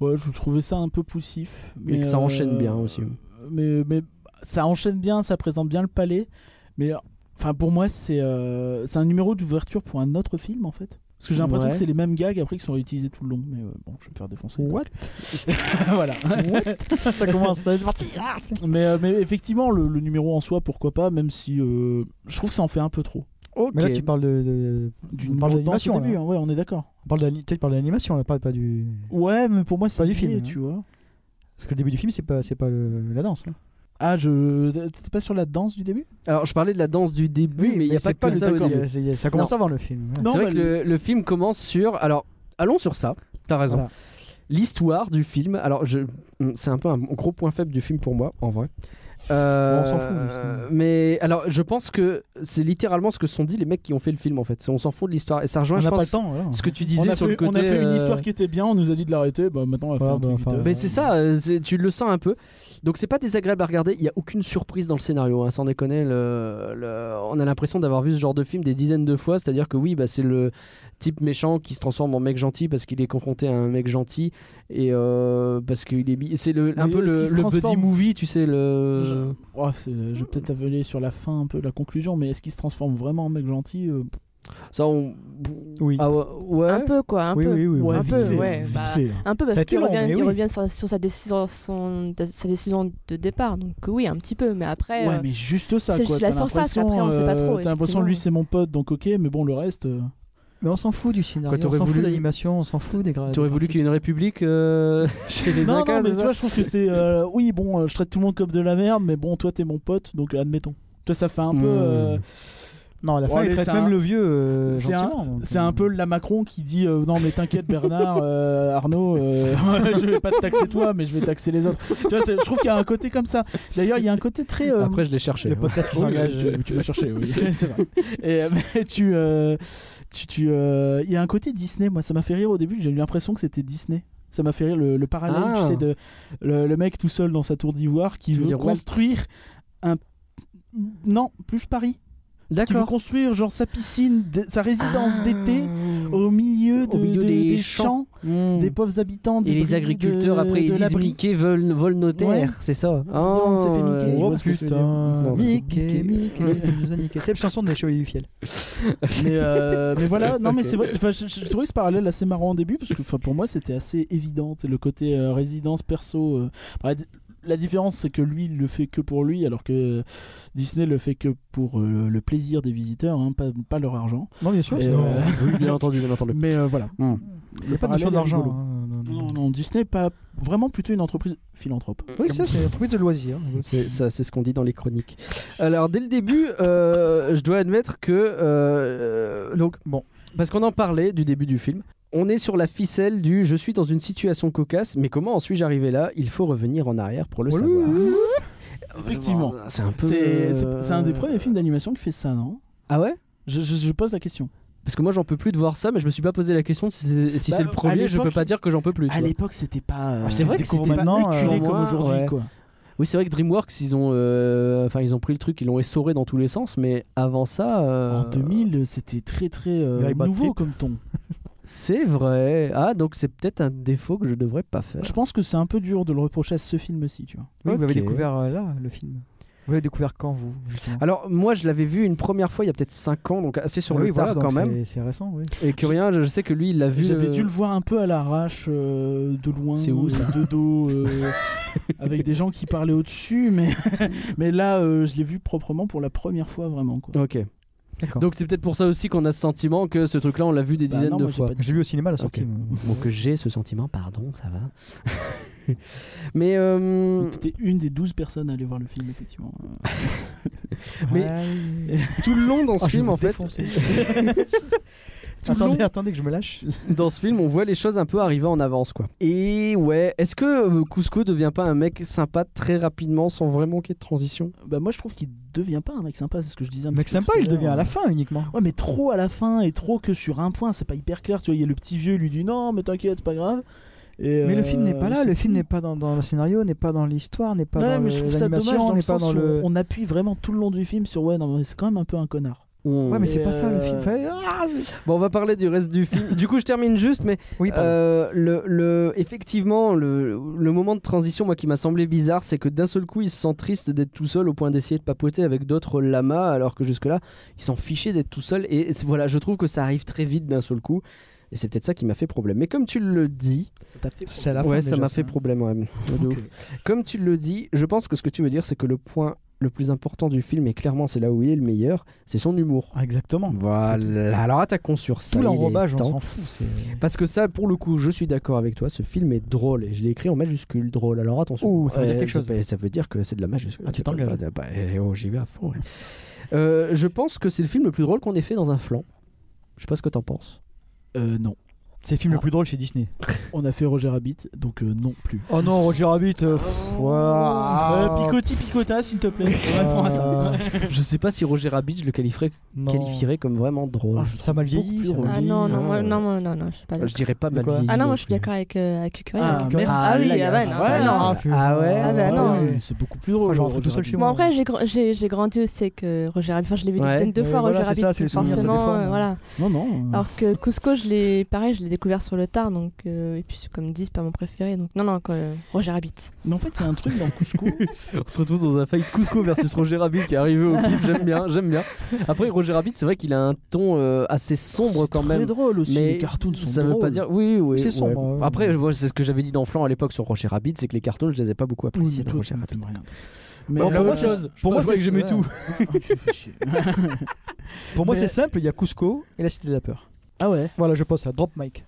Ouais, je trouvais ça un peu poussif. euh, Et que ça enchaîne bien euh, aussi. Mais, mais ça enchaîne bien, ça présente bien le palais. Mais enfin, pour moi, c'est euh, c'est un numéro d'ouverture pour un autre film en fait. Parce que j'ai l'impression Ouais. que c'est les mêmes gags après qui sont réutilisés tout le long. Mais euh, bon, je vais me faire défoncer. What Voilà. ça commence à être parti. Ah, c'est- mais, euh, mais effectivement, le, le numéro en soi, pourquoi pas, même si euh, je trouve que ça en fait un peu trop. Ok. Mais là, tu parles de. de- Du On parle numéro de danse au d'animation, début, là. hein, ouais, on est d'accord. on parle de la- tu sais, tu parles de l'animation, là, pas, pas du. Ouais, mais pour moi, c'est Pas du lié, film, hein. tu vois. Parce que le début du film, c'est pas, c'est pas le- la danse. hein. Ah, je. T'étais pas sur la danse du début Alors, je parlais de la danse du début, mais il n'y a c'est pas que le- ça au d'accord, début. mais c'est- Ça commence avant le film. voilà. Non, bah, C'est vrai mais que le, le film commence sur. Alors, allons sur ça. T'as raison. Voilà. L'histoire du film. Alors, je, hmm, c'est un peu un gros point faible du film pour moi, en vrai. Euh, On s'en fout, justement. Mais alors, je pense que c'est littéralement ce que se sont dit les mecs qui ont fait le film, en fait. C'est- On s'en fout de l'histoire. Et ça rejoint, on je n'a pense, pas le temps. voilà. ce que tu on disais a, sur fait, le côté. on a fait une euh, histoire qui était bien, on nous a dit de l'arrêter, bah maintenant on va faire Ouais, un bah, truc enfin, vite, euh, Mais c'est ça, euh, c'est- tu le sens un peu. Donc c'est pas désagréable à regarder, il y a aucune surprise dans le scénario, hein, sans déconner. le- le- on a l'impression d'avoir vu ce genre de film des dizaines de fois, c'est-à-dire que oui, bah, c'est le type méchant qui se transforme en mec gentil parce qu'il est confronté à un mec gentil et euh, parce qu'il est bi- c'est le un Mais peu est-ce le, qu'il se le buddy transforme movie, tu sais le Je, oh, c'est- je vais peut-être avaler sur la fin un peu la conclusion, mais est-ce qu'il se transforme vraiment en mec gentil euh, Ça, on. Oui. Ah ouais. Un peu, quoi. Un oui, peu. oui, oui, oui. un vite peu, fait, ouais, vite bah, fait. Un peu Ça a parce été qu'il long, revient, mais il oui. revient sur, sur sa, décision, son- sa décision de départ. Donc oui, un petit peu. Mais après, Ouais, euh, mais juste ça, c'est quoi. juste la T'as surface, l'impression, après, on sait pas trop, euh, T'as l'impression, lui, effectivement. c'est mon pote, donc ok, mais bon, le reste. euh, Mais on s'en fout du Quoi, scénario, t'aurais on s'en voulu- fout de l'animation, on s'en fout des grades. T'aurais voulu qu'il y ait une république euh, chez les Non, non, Incas, mais c'est tu ça vois, je trouve que c'est. euh, Oui, bon, euh, je traite tout le monde comme de la merde, mais bon, toi, t'es mon pote, donc euh, admettons. Toi, ça fait un Hmm. peu. euh, Non, à la Bon, fin, allez, il traite c'est même un- le vieux. euh, c'est un- gentiment, donc, C'est un peu la Macron qui dit euh, non mais t'inquiète Bernard, euh, Arnaud, euh, je vais pas te taxer toi mais je vais taxer les autres. Tu vois, c'est- je trouve qu'il y a un côté comme ça. D'ailleurs il y a un côté très... euh, Après, je l'ai cherché. Le hein. podcast qui oui, s'engage. euh, tu, tu vas chercher, oui, c'est vrai. Et, euh, mais tu, euh, tu, tu, euh, il y a un côté Disney. Moi, ça m'a fait rire au début. J'ai eu l'impression que c'était Disney. Ça m'a fait rire le, le parallèle, Ah. tu sais, de le, le mec tout seul dans sa tour d'ivoire qui Tu veux veut dire Walt construire un. Non, plus Paris. Qui veut D'accord. Ah. construire genre sa piscine, de- sa résidence d'été Hmm. au milieu, de, Au milieu de- des des, champs. champs, Mm. des pauvres habitants, Et des bris- les de- agriculteurs, après, ils de disent l'abri. Mickey vole, vole nos terres, Ouais. c'est ça. Ah, on s'est fait euh, niquer. je vois Oh ce que tu veux putain, dire. Mickey, Mickey. Mickey, il nous a niqué. C'est la chanson des Chevaliers du Fiel. mais, euh, mais voilà, non mais Ok. c'est vrai, enfin, je, je trouvais ce parallèle assez marrant au début, parce que enfin, pour moi c'était assez évident, c'est le côté euh, résidence perso. euh. Après, di- la différence c'est que lui il le fait que pour lui, alors que Disney le fait que pour euh, le plaisir des visiteurs, hein, pas, pas leur argent. Non, bien sûr, Et, c'est- euh, hein. Oui, bien entendu, bien entendu. Mais euh, voilà. Mm. il n'y a pas de parallèle notion est d'argent. rigolo. hein, non, non. Non, non, Disney pas vraiment plutôt une entreprise philanthrope. Oui, ça, c'est une entreprise de loisirs. C'est ça, c'est ce qu'on dit dans les chroniques. Alors dès le début, euh, je dois admettre que euh, donc bon, parce qu'on en parlait du début du film. On est sur la ficelle du je suis dans une situation cocasse, mais comment en suis-je arrivé là Il faut revenir en arrière pour le Oui, savoir. oui, Effectivement. Ah, c'est Mmh. un peu. C'est c'est- euh, c'est un des premiers films d'animation qui fait ça, non Ah ouais je, je- je pose la question. parce Parce que moi j'en peux plus de voir ça, mais je me suis pas posé la question si c'est si Bah, c'est le à premier. Je peux l'époque- pas dire que j'en peux plus. tu À vois. l'époque, c'était pas. euh, Ah, c'est vrai que découvre c'était maintenant, pas éculé euh, comme moi, aujourd'hui, ouais. quoi. Oui, c'est vrai que DreamWorks ils ont, euh, enfin ils ont pris le truc, ils l'ont essoré dans tous les sens, mais avant ça. euh, En 2000, c'était très très euh, Very bad nouveau trip. comme ton. C'est vrai. Ah, donc c'est peut-être un défaut que je devrais pas faire. Je pense que c'est un peu dur de le reprocher à ce film aussi, tu vois. Oui, Vous Ok. l'avez découvert euh, là, le film. Vous l'avez découvert quand, vous justement Alors, moi, je l'avais vu une première fois il y a peut-être 5 ans, donc assez Ah, sur Ah le oui, tard voilà, donc quand même. c'est- C'est récent, oui. Et que rien, je sais que lui, il l'a vu. J'avais euh, dû le voir un peu à l'arrache, euh, de loin, C'est où, euh, ça de dos, euh, avec des gens qui parlaient au-dessus, mais mais là, euh, je l'ai vu proprement pour la première fois vraiment, quoi. Ok. D'accord. Donc, c'est peut-être pour ça aussi qu'on a ce sentiment que ce truc-là, on l'a vu des Bah dizaines non, de moi, j'ai fois. pas dit- J'ai vu au cinéma la sortie. Ok. moi. Bon, que j'ai ce sentiment, pardon, ça va. Mais. euh, T'es une des 12 personnes à aller voir le film, effectivement. Mais- Ouais. Tout le long dans ce Ah, je vais film, vous en fait, défoncer. Tout le attendez, long- attendez que je me lâche. dans ce film, on voit les choses un peu arriver en avance, quoi. Et ouais, est-ce que euh, Cusco devient pas un mec sympa très rapidement sans vraiment qu'il y ait de transition Bah moi, je trouve qu'il devient pas un mec sympa, c'est ce que je disais. Un Mec petit peu sympa, tout il devient l'heure. à la fin uniquement. Ouais, mais trop à la fin et trop que sur un point, c'est pas hyper clair. Tu vois, il y a le petit vieux, il lui dit non, mais t'inquiète, c'est pas grave. Et, Mais euh, le film n'est pas là, c'est le film tout. n'est pas dans, dans le scénario, n'est pas dans l'histoire, n'est pas Ouais, dans mais le- je trouve ça dommage l'animation, dans le n'est pas sens dans où le. on appuie vraiment tout le long du film sur ouais, non, mais c'est quand même un peu un connard. On- Ouais, mais c'est Et pas ça le film. euh, Enfin, ah, Bon, on va parler du reste du film. Du coup, je termine juste, mais oui, pardon. euh, le, le- effectivement, le, le moment de transition, moi, qui m'a semblé bizarre, c'est que d'un seul coup, il se sent triste d'être tout seul au point d'essayer de papoter avec d'autres lamas, alors que jusque-là, il s'en fichait d'être tout seul. Et c'est- voilà, je trouve que ça arrive très vite d'un seul coup. Et c'est peut-être ça qui m'a fait problème. Mais comme tu le dis, Ça t'a fait. C'est à la fin ouais, déjà, ça m'a fait problème. ouais. De ouf. Comme tu le dis, je pense que ce que tu veux dire, c'est que le point le plus important du film, et clairement c'est là où il est le meilleur, c'est son humour. Ah, Exactement. Voilà. Alors attaquons sur ça. Tout il est l'enrobage, on temps. s'en fout. c'est- Parce que ça, pour le coup, je suis d'accord avec toi, ce film est drôle. Et je l'ai écrit en majuscule, drôle. Alors attention. Ouh, ça veut dire Euh, quelque chose. pas- Ça veut dire que c'est de la majuscule. Ah, tu t'engages. Bah, bah, eh, oh, J'y vais à fond. ouais. Euh, je pense que c'est le film le plus drôle qu'on ait fait dans un flanc. Je sais pas ce que t'en penses. Euh, non. C'est le film Ah. le plus drôle chez Disney. On a fait Roger Rabbit, donc euh, non plus. Oh non, Roger Rabbit. euh, pff, ouah. Euh, Picotti, Picota, s'il te plaît. Vraiment, ça. Euh, je sais pas si Roger Rabbit, je le qualifierais, non. qualifierais comme vraiment drôle. Ah, je... je- Ça m'a Beaucoup vieilli. plus ça m'a drôle. Ah vieilli. non, non, non, moi- euh, non, moi- non, non, je suis pas d'accord. dirais pas De mal quoi vieilli Ah non, non moi je suis plus. d'accord avec, euh, avec Cucurella. Ah, Picotti. merci. Ah oui, ah ouais, non. Voilà. Ah, Ah ouais. Ah bah non. Ouais, C'est beaucoup plus Ah, drôle. je rentre Roger tout seul Rabbit. chez Bon, moi. après, j'ai gr- j'ai j'ai grandi aussi avec euh, Roger Rabbit. Enfin, je l'ai vu Ouais. des dizaines de Mais fois, voilà, Roger c'est Rabbit. hein. ça, c'est les souvenirs, ça Mm. forcément, déforme. euh, voilà. Non, non. euh, Alors que Cusco, je l'ai, pareil, je l'ai découvert sur le tard, donc euh, et puis c'est comme dit, c'est pas mon préféré, donc non non, quoi, euh, Roger Rabbit. Mais en fait, c'est un truc dans Cusco. On se retrouve dans un fight Cusco versus Roger Rabbit qui est arrivé au clip. J'aime bien, j'aime bien. Après, Roger Rabbit, c'est vrai qu'il a un ton euh, assez sombre C'est quand très même. drôle aussi. Mais les cartoons sont ça veut drôles. pas dire. Oui, oui. C'est ouais. sombre, ouais. Après, voilà, c'est ce que j'avais dit dans Flan à l'époque sur Roger Rabbit, c'est que les cartoons, je les ai pas beaucoup Oui, mais appréciés. dans toi, Roger tu Rabbit. n'aimes rien. de toute façon. Mais Bon, euh, pour moi, je- c'est- pour moi, je crois que c'est- j'aimais ouais. tout. Ah, tu fais chier. Pour moi, Mais- c'est simple, il y a Cusco et la Cité de la Peur. Ah ouais, Voilà, je pose ça. Drop mic.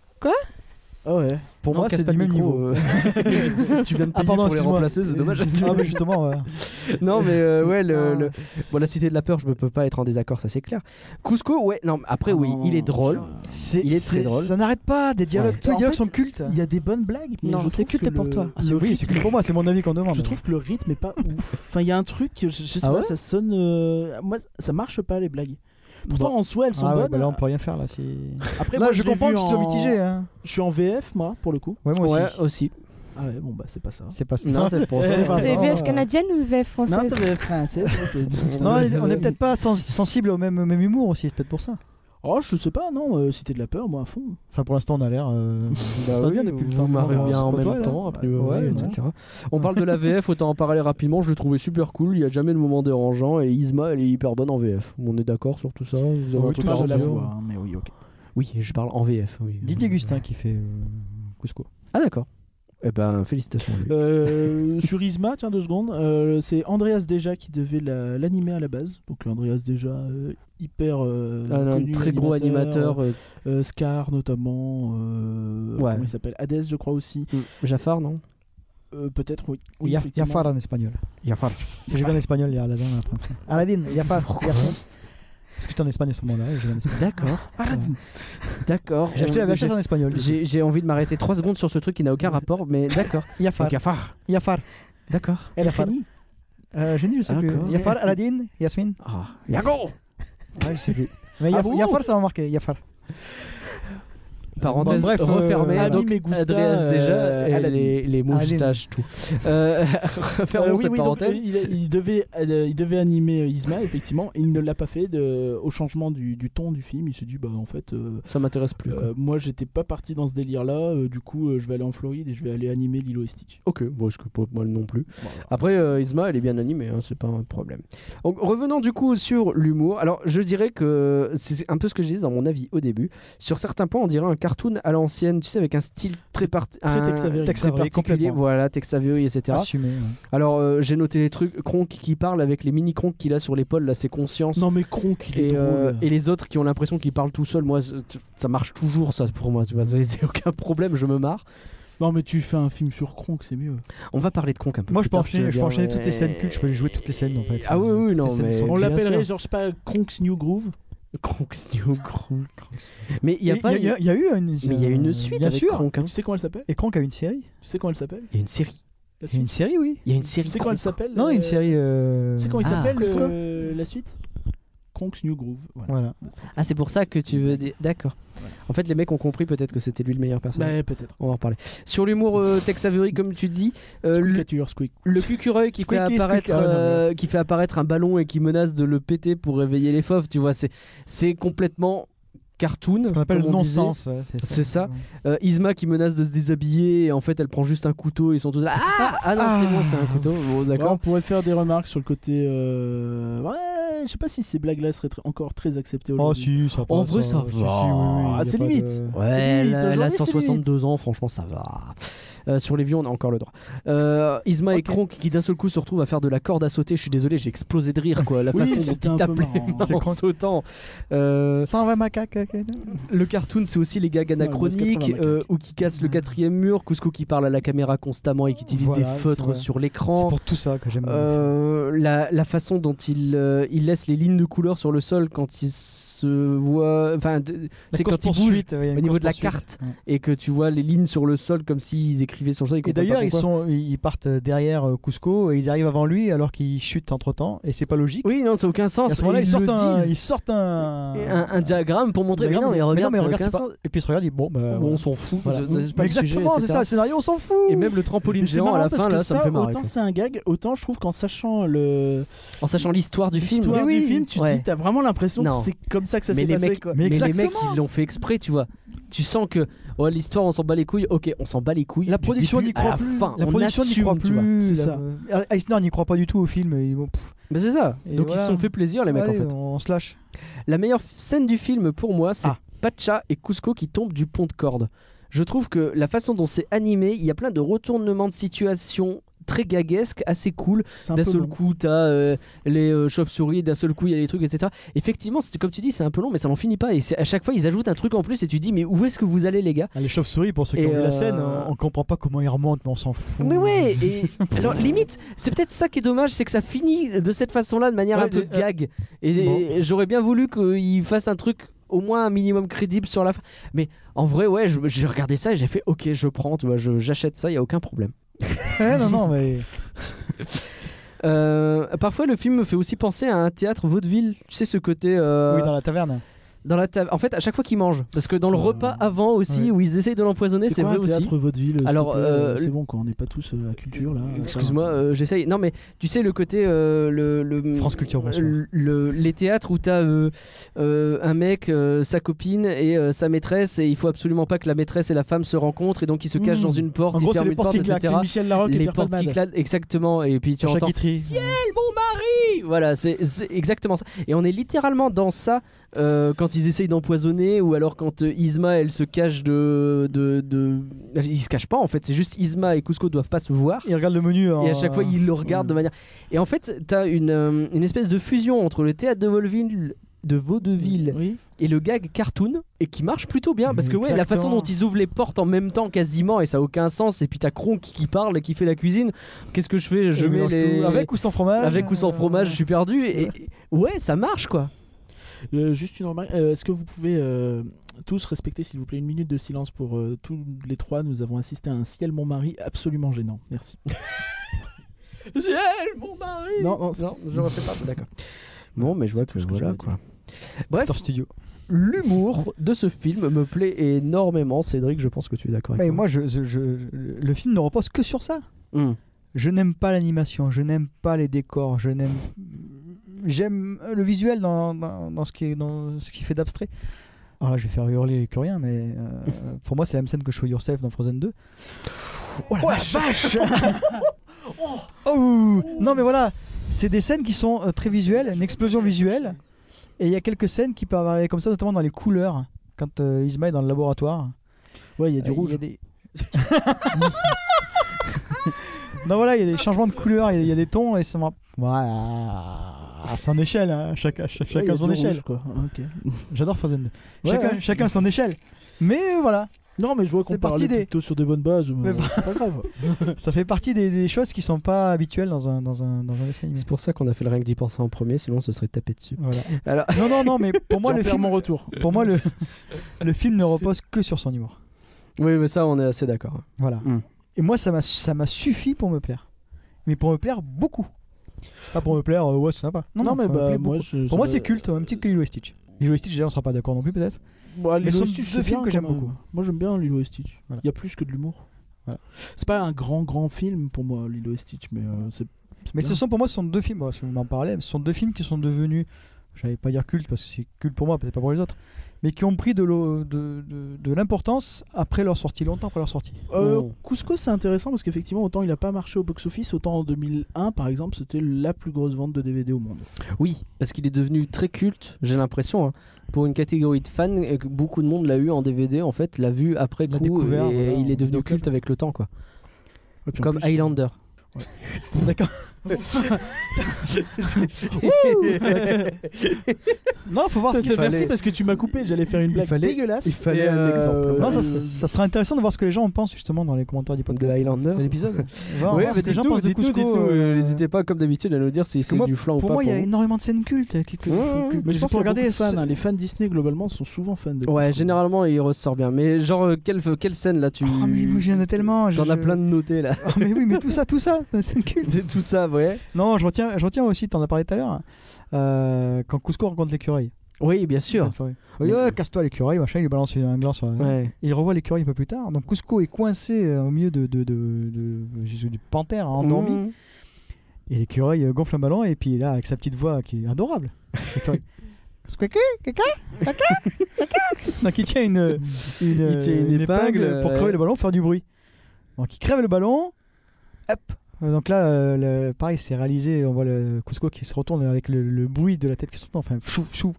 ah ouais. Pour Non, moi, casse c'est pas du le même micro, niveau. euh. tu viens de payer Ah, pardon, pour les excuse-moi. remplacer, c'est dommage. Ah, mais justement, ouais. non, mais euh, ouais, le, le- Bon, la cité de la peur, je ne peux pas être en désaccord, ça c'est clair. Cusco, ouais, non, mais après, oui, Oh, il est drôle. C'est- Il est c'est- très drôle. Ça n'arrête pas, des dialogues, Ouais. tous les En dialogues fait, sont cultes. Il y a des bonnes blagues, mais Non, je c'est trouve culte que pour le- toi. Ah, le oui, rythme- c'est que pour moi, c'est mon avis qu'on demande. Je trouve que le rythme est pas ouf. Enfin, il y a un truc, je, je sais Ah pas, ouais ça sonne. euh, moi, ça marche pas les blagues. Pourtant, Bon. en soi, elles sont Ah ouais, bonnes. bah là, on peut rien faire là. c'est- Après, Là, moi, je l'ai comprends vu que tu sois en- mitigé. hein. Je suis en VF, moi, pour le coup. Ouais, moi ouais, aussi. aussi. Ah ouais, bon, bah, c'est pas ça. C'est pas ça. Non, Euh, c'est pour C'est pas ça. Ah, c'est ça, VF ouais. canadienne ou VF Non, française c'est VF française. ok. Non, on est- on est peut-être pas sens- sensible au même, au même humour aussi, c'est peut-être pour ça. oh, je sais pas, non, euh, Cité de la peur, moi, à fond. Enfin, pour l'instant, on a l'air. euh, ça se Bah passe oui, bien depuis le vous temps. marrez Non, bien c'est en pas même toi, là. temps, a priori, Ouais, ouais, non. etc. On parle de la VF, autant en parler rapidement. Je le trouvais super cool, il n'y a jamais de moment dérangeant. Et Isma, elle est hyper bonne en VF. On est d'accord sur tout ça Vous avez Ouais, un tout truc à ça, la redire voix, hein, mais oui, ok. Oui, je parle en VF. Oui. Didier Gustin qui fait euh, Cusco. Ah, d'accord. Eh ben, félicitations. à lui. Euh, sur Isma, tiens deux secondes, euh, c'est Andreas Déjà qui devait la- l'animer à la base. Donc Andreas Déjà, euh, hyper. euh, Ah, un connu très gros animateur, euh, euh, Scar notamment. euh, Ouais. Comment il s'appelle Hades, je crois aussi. Jaffar, non Euh, Peut-être, oui. Oui, oui Yaf- effectivement. Yafar en espagnol. Jaffar. Si je vais en espagnol, il y a Aladdin après. Aladdin, Yafar, Yafar. Parce que j'étais en Espagne à ce moment-là. et je vais en Espagne. D'accord. D'accord. J'ai acheté la VHS en espagnol. Euh, J'ai j'ai envie de m'arrêter 3 secondes sur ce truc qui n'a aucun rapport, mais d'accord. Yafar, Donc, Jaffar. Yafar. D'accord. El Yafar. Khani Euh, J'ai dit, je sais plus. D'accord. Yafar, Aladdin, Yasmine. Ah, Yago Ah, je sais plus. Mais Ah Yaf- bon Yafar, ça m'a marqué. Yafar. Parenthèse Bon, bref, euh, refermée. Ami donc, Megusta, Adresse déjà, euh, et Aladdin. les, les moustaches, tout. Euh, refermons Euh, oui, cette oui, donc, parenthèse. euh, il, il devait, euh, il devait animer euh, Isma, effectivement. Il ne l'a pas fait de- au changement du, du ton du film. Il s'est dit, bah en fait, euh, Ça m'intéresse plus. quoi. euh, moi j'étais pas parti dans ce délire là. du coup, euh, je vais aller en Floride et je vais aller animer Lilo et Stitch. Ok, bon, je pas moi non plus. Voilà. Après, euh, Isma, elle est bien animée, hein, c'est pas un problème. Donc, revenons du coup sur l'humour. Alors, je dirais que c'est un peu ce que je disais dans mon avis au début. Sur certains points, on dirait un cartoon à l'ancienne, tu sais, avec un style très, par- très un- Tex Avery. très Tex Avery, particulier. complètement. Ah, Voilà, Tex Avery, etc. Assumé. hein. ouais. Alors, euh, j'ai noté les trucs. Kronk qui parle avec les mini Kronk qu'il a sur l'épaule, là, c'est conscience. Non, mais Cronk, il est Et, drôle. euh, et les autres qui ont l'impression qu'ils parlent tout seuls, moi, c- ça marche toujours, ça, pour moi. tu vois, C'est c'est aucun problème, je me marre. Non, mais tu fais un film sur Cronk, c'est mieux. On va parler de Kronk un peu. Moi, plus je peux tard, enchaîner- veux je peux dire, enchaîner mais- toutes les scènes cultes, je peux les jouer toutes les scènes, en fait. Ah oui, oui, Toutes non, les scènes mais. sont- On bien l'appellerait, sûr. genre, je sais pas, Kronk's New Groove. Kronk's New Groove. Mais il y a Et pas. y a- y a eu une. euh, Mais il y a une suite Bien avec sûr. Kronk. hein. Tu sais comment elle s'appelle Et Kronk a une série. Tu sais comment elle s'appelle Il y a une série. La Il y a une suite série, oui. Il y a une série. Tu sais comment elle Kronk. s'appelle Non, euh, une série. euh, Tu sais comment il Ah, s'appelle Cusco. euh, la suite Kronk's New Groove. Voilà. Voilà. Ah, c'est pour ça que tu veux dire. D'accord. Ouais. En fait, les mecs ont compris peut-être que c'était lui le meilleur personnage. Bah, peut-être. On va en reparler. Sur l'humour euh, Tex Avery, comme tu dis, euh, le- Squeakature, Squeak. le cucureuil qui fait Squeaky, apparaître squeak, ah ouais, non, euh, qui fait apparaître un ballon et qui menace de le péter pour réveiller les fauves tu vois c'est c'est complètement cartoon Ce qu'on appelle le comme on disait. non-sens. ouais, C'est ça. Euh, Isma qui menace de se déshabiller et en fait elle prend juste un couteau et ils sont tous là ah ah non c'est bon c'est un couteau bon Ouais, d'accord on pourrait faire des remarques sur le côté. euh, Ouais, je sais pas si ces blagues-là seraient tr- encore très acceptées Oh, aujourd'hui. si, ça En passe, vrai, ça euh, Si, si, va. oui, oui, Ah, y a c'est pas limite. de- Ouais, C'est limite, elle a- elle a aujourd'hui, c'est 162 ans, franchement, ça va. Euh, sur les vieux, on a encore le droit. Euh, Isma et Kronk qui d'un seul coup se retrouvent à faire de la corde à sauter. Je suis désolé, j'ai explosé de rire, quoi. La Oui, façon c'était dont un il tape peu les marrant. mains C'est en Kronk. sautant. Euh, Ça en va, macaque. ok. Le cartoon, c'est aussi les gags anachroniques Ouais, euh, ou qui cassent le quatrième mur, Cusco qui parle à la caméra constamment et qui utilise Voilà, des feutres c'est vrai. sur C'est l'écran. pour tout ça que j'aime. Euh, la, la façon dont il, euh, il laisse les lignes de couleur sur le sol quand il se voit. Enfin, de- La c'est course quand il bouge poursuite, ouais, il y a une au niveau course de la poursuite. carte. Ouais. et que tu vois les lignes sur le sol comme s'ils écrivaient sur le sol. ils Et comprenaient d'ailleurs, pas ils, pourquoi. sont, ils partent derrière euh, Cusco et ils arrivent avant lui alors qu'ils chutent entre temps et c'est pas logique. Oui, non, ça n'a aucun Et sens. à ce moment-là, ils ils sortent le un, disent. ils sortent un, Et un, un diagramme pour montrer. Mais non, mais mais non, regarde, mais ça a regarde, aucun c'est pas- sens. Et puis ils se regarde, il dit bon, bah, Bon, on s'en fout. voilà. c'est- c'est pas le sujet, Exactement, c'est etc. ça, le scénario, on s'en fout. Et même le trampoline Mais c'est géant à marrant la parce fin, que là, ça me fait marrer. Autant quoi. c'est un gag, autant je trouve qu'en sachant le En sachant l'histoire du film. l'histoire Oui, du oui. film, tu te Ouais. dis, t'as vraiment l'impression Non. que c'est comme ça que ça mais s'est les passé. mecs, quoi. mais les mecs, exactement. ils l'ont fait exprès, tu vois. tu sens que ouais, l'histoire, on s'en bat les couilles. Ok, on s'en bat les couilles. La du production début n'y à croit la plus. fin. La On production n'y assume, croit tu vois. plus. C'est la- ça. Euh, Eisner n'y croit pas du tout au film. et bon, pff, Mais c'est ça. Et Donc ils voilà. se sont fait plaisir, les mecs, allez, en fait. On se lâche. La meilleure f- scène du film pour moi, c'est Ah. Pacha et Cusco qui tombent du pont de corde. Je trouve que la façon dont c'est animé, il y a plein de retournements de situation très gaguesques, assez cool. C'est un D'un peu seul long. coup, t'as euh, les euh, chauves-souris, d'un seul coup, il y a les trucs, etc. Effectivement, c'est comme tu dis, c'est un peu long, mais ça n'en finit pas. Et c'est- à chaque fois, ils ajoutent un truc en plus et tu dis, mais où est-ce que vous allez, les gars Ah, les chauves-souris, pour ceux qui Et ont vu euh, la scène, on on comprend pas comment ils remontent, mais on s'en fout. Mais ouais, et alors limite, c'est peut-être ça qui est dommage, c'est que ça finit de cette façon-là, de manière Ouais, un peu de- euh, gag. Et, bon. et j'aurais bien voulu qu'il fasse un truc au moins un minimum crédible sur la fin. Mais en vrai, ouais, je- j'ai regardé ça et j'ai fait, ok, je prends, tu vois, je- j'achète ça, il y a aucun problème. Ouais, non, non, mais. Euh, parfois, le film me fait aussi penser à un théâtre vaudeville. Tu sais, ce côté euh, Oui, dans la taverne. dans la table. En fait, à chaque fois qu'ils mangent, parce que dans le Euh, repas avant aussi, ouais. où ils essayent de l'empoisonner, c'est quoi vrai un aussi. théâtre vaudeville s'il Alors, te plaît euh, c'est bon quoi, on n'est pas tous euh, à la culture là. Excuse-moi, euh, j'essaye. Non, mais tu sais, le côté. euh, le, le- France Culture, bonsoir. le- le- Les théâtres où t'as euh, euh, un mec, euh, sa copine et euh, sa maîtresse, et il faut absolument pas que la maîtresse et la femme se rencontrent, et donc ils se cachent Mmh. dans une porte, En gros, ils c'est ferment les une portes porte, qui claquent. etc. C'est Michel Larocque et les Pierre portes qui Palmade. claquent, exactement. Et puis tu Chaque euh, entends. guitry. Ciel, mon mari Voilà, c'est c'est exactement ça. Et on est littéralement dans ça euh, quand ils essayent d'empoisonner ou alors quand euh, Isma, elle se cache de, de, de. Ils se cachent pas en fait, c'est juste Isma et Cusco doivent pas se voir. Ils regardent le menu. Et à chaque fois, il le regarde de manière. Et en fait, t'as une, euh, une espèce de fusion entre le théâtre de Vaudeville, de Vaudeville Oui. et le gag cartoon, et qui marche plutôt bien. Parce que, ouais, la Exactement. façon dont ils ouvrent les portes en même temps, quasiment, et ça a aucun sens. Et puis t'as Kronk qui parle et qui fait la cuisine. Qu'est-ce que je fais Je mets les. Avec ou sans fromage euh, Avec ou sans fromage, je suis perdu. Et et- ouais, ça marche quoi. Euh, juste une remarque. Euh, Est-ce que vous pouvez euh, tous respecter, s'il vous plaît, une minute de silence pour euh, tous les trois Nous avons assisté à un ciel mon mari absolument gênant. Merci. Ciel, mon mari Non, non, c'est- non, je refais pas, d'accord. Bon, mais je vois C'est que, tout ce que voilà j'avais à quoi. Bref, studio. l'humour de ce film me plaît énormément, Cédric. Je pense que tu es d'accord avec Mais moi, je, je- je- le film ne repose que sur ça. Hmm. Je n'aime pas l'animation, je n'aime pas les décors, je n'aime. J'aime euh, le visuel dans, dans, dans ce qui est- dans ce qui fait d'abstrait. Alors là, je vais faire hurler les curiens, mais euh, pour moi, c'est la même scène que Show Yourself dans Frozen 2. Oh la vache Oh Non, mais voilà, c'est des scènes qui sont euh, très visuelles, une explosion visuelle. Et il y a quelques scènes qui peuvent arriver comme ça, notamment dans les couleurs, quand euh, Isma est dans le laboratoire. Ouais, il y a du Euh, il y rouge. a des- non voilà, il y a des changements de couleurs, il y a- il y, a des tons et ça m'a. Voilà, à son échelle, hein, chacun, ch- Ouais, il y chacun a son du échelle. rouge, quoi. Ah, Ok. J'adore Frozen. Ouais, chacun, ouais. chacun son échelle. Mais euh, voilà, Non, mais je vois qu'on C'est parti parle des- plutôt sur des bonnes bases. mais Mais- C'est pas grave. ça fait partie des, des choses qui sont pas habituelles dans un dans un dans un dessin animé. C'est pour ça qu'on a fait le rien que d'y penser en premier, sinon on se serait tapé dessus. Voilà. Alors- Non non non, mais pour moi Moi, le film, mon retour. pour moi le le film ne repose que sur son humour. Oui, mais ça, on est assez d'accord. Voilà. Mm. Et moi ça m'a ça m'a suffi pour me plaire. Mais pour me plaire beaucoup. Pas pour me plaire, euh, ouais, c'est sympa. Non, mais ça me plaît bah, beaucoup. moi, je- ça Pour moi, m'a- c'est culte, un petit que Lilo et Stitch. Lilo et Stitch, déjà, on sera pas d'accord non plus, peut-être. Bon, Bah, Lilo ce sont et Stitch, deux c'est films bien, que j'aime quand même. beaucoup. Moi j'aime bien Lilo et Stitch. Il Voilà. y a plus que de l'humour. Voilà. C'est pas un grand grand film pour moi Lilo et Stitch, mais euh, c'est. c'est Mais bien. ce sont pour moi, ce sont deux films, bon, si vous m'en parlez, mais ce sont deux films qui sont devenus, j'allais pas dire culte parce que c'est culte pour moi, peut-être pas pour les autres, mais qui ont pris de l'o- de- de- de l'importance après leur sortie, longtemps après leur sortie. Euh, Oh. Cusco c'est intéressant parce qu'effectivement autant il a pas marché au box office, autant en 2001 par exemple c'était la plus grosse vente de DVD au monde. Oui, parce qu'il est devenu très culte, j'ai l'impression. hein. Pour une catégorie de fans, et que beaucoup de monde l'a eu en DVD, en fait, l'a vu après L'a coup, et découvert, voilà, il est en devenu vidéoclub. culte avec le temps, quoi. Et puis en Comme plus, Highlander. D'accord. non, faut voir ce C'est- qu'il c'est- Merci fallait- parce que tu m'as coupé, j'allait faire une il blague fallait- dégueulasse. il fallait Et, euh, un exemple. Non, ça, ça sera intéressant de voir ce que les gens en pensent justement dans les commentaires du De podcast, Highlander. de l'épisode. Voir- Oui, voir ce mais que les gens dites-nous, pensent de dites-nous, Cusco, dites-nous, euh, euh, N'hésitez pas, comme d'habitude, à nous dire si parce que c'est moi, du flan ou pas. Pour moi, il y a vous. énormément de scènes cultes. que- que- Ouais, que- que- Mais je pense qu'il que faut y a beaucoup regarder de fans. ce- hein. Les fans Disney globalement sont souvent fans de. Ouais, Cusco. généralement, il ressort bien. Mais genre, euh, quelle, quelle scène là tu. Oh, mais moi, j'en ai tellement. je- T'en as je- plein de notés là. Ah, mais oui, mais tout ça, tout ça, c'est une culte. C'est tout ça, ouais. Non, je retiens, je retiens aussi, t'en as parlé tout à l'heure, euh, quand Cusco rencontre l'écureuil. Oui, bien sûr. Ouais, ouais, casse-toi l'écureuil, machin, il lui balance un gland sur la- Ouais. Et il revoit l'écureuil un peu plus tard. Donc Cusco est coincé euh, au milieu de, de, de, de- j'ai- du panthère, hein, endormi. Mmh. Et l'écureuil euh, gonfle un ballon, et puis là, avec sa petite voix qui est adorable. l'écureuil. Squeaky, caca, caca, caca. Donc il tient une, une, Il tient une une épingle, épingle, pour euh, crever le ballon, faire du bruit. Donc il crève le ballon, hop. Euh, Donc là, euh, le- pareil, c'est réalisé. On voit le Cusco qui se retourne avec le, le bruit de la tête qui se retourne. Enfin, chou, chou.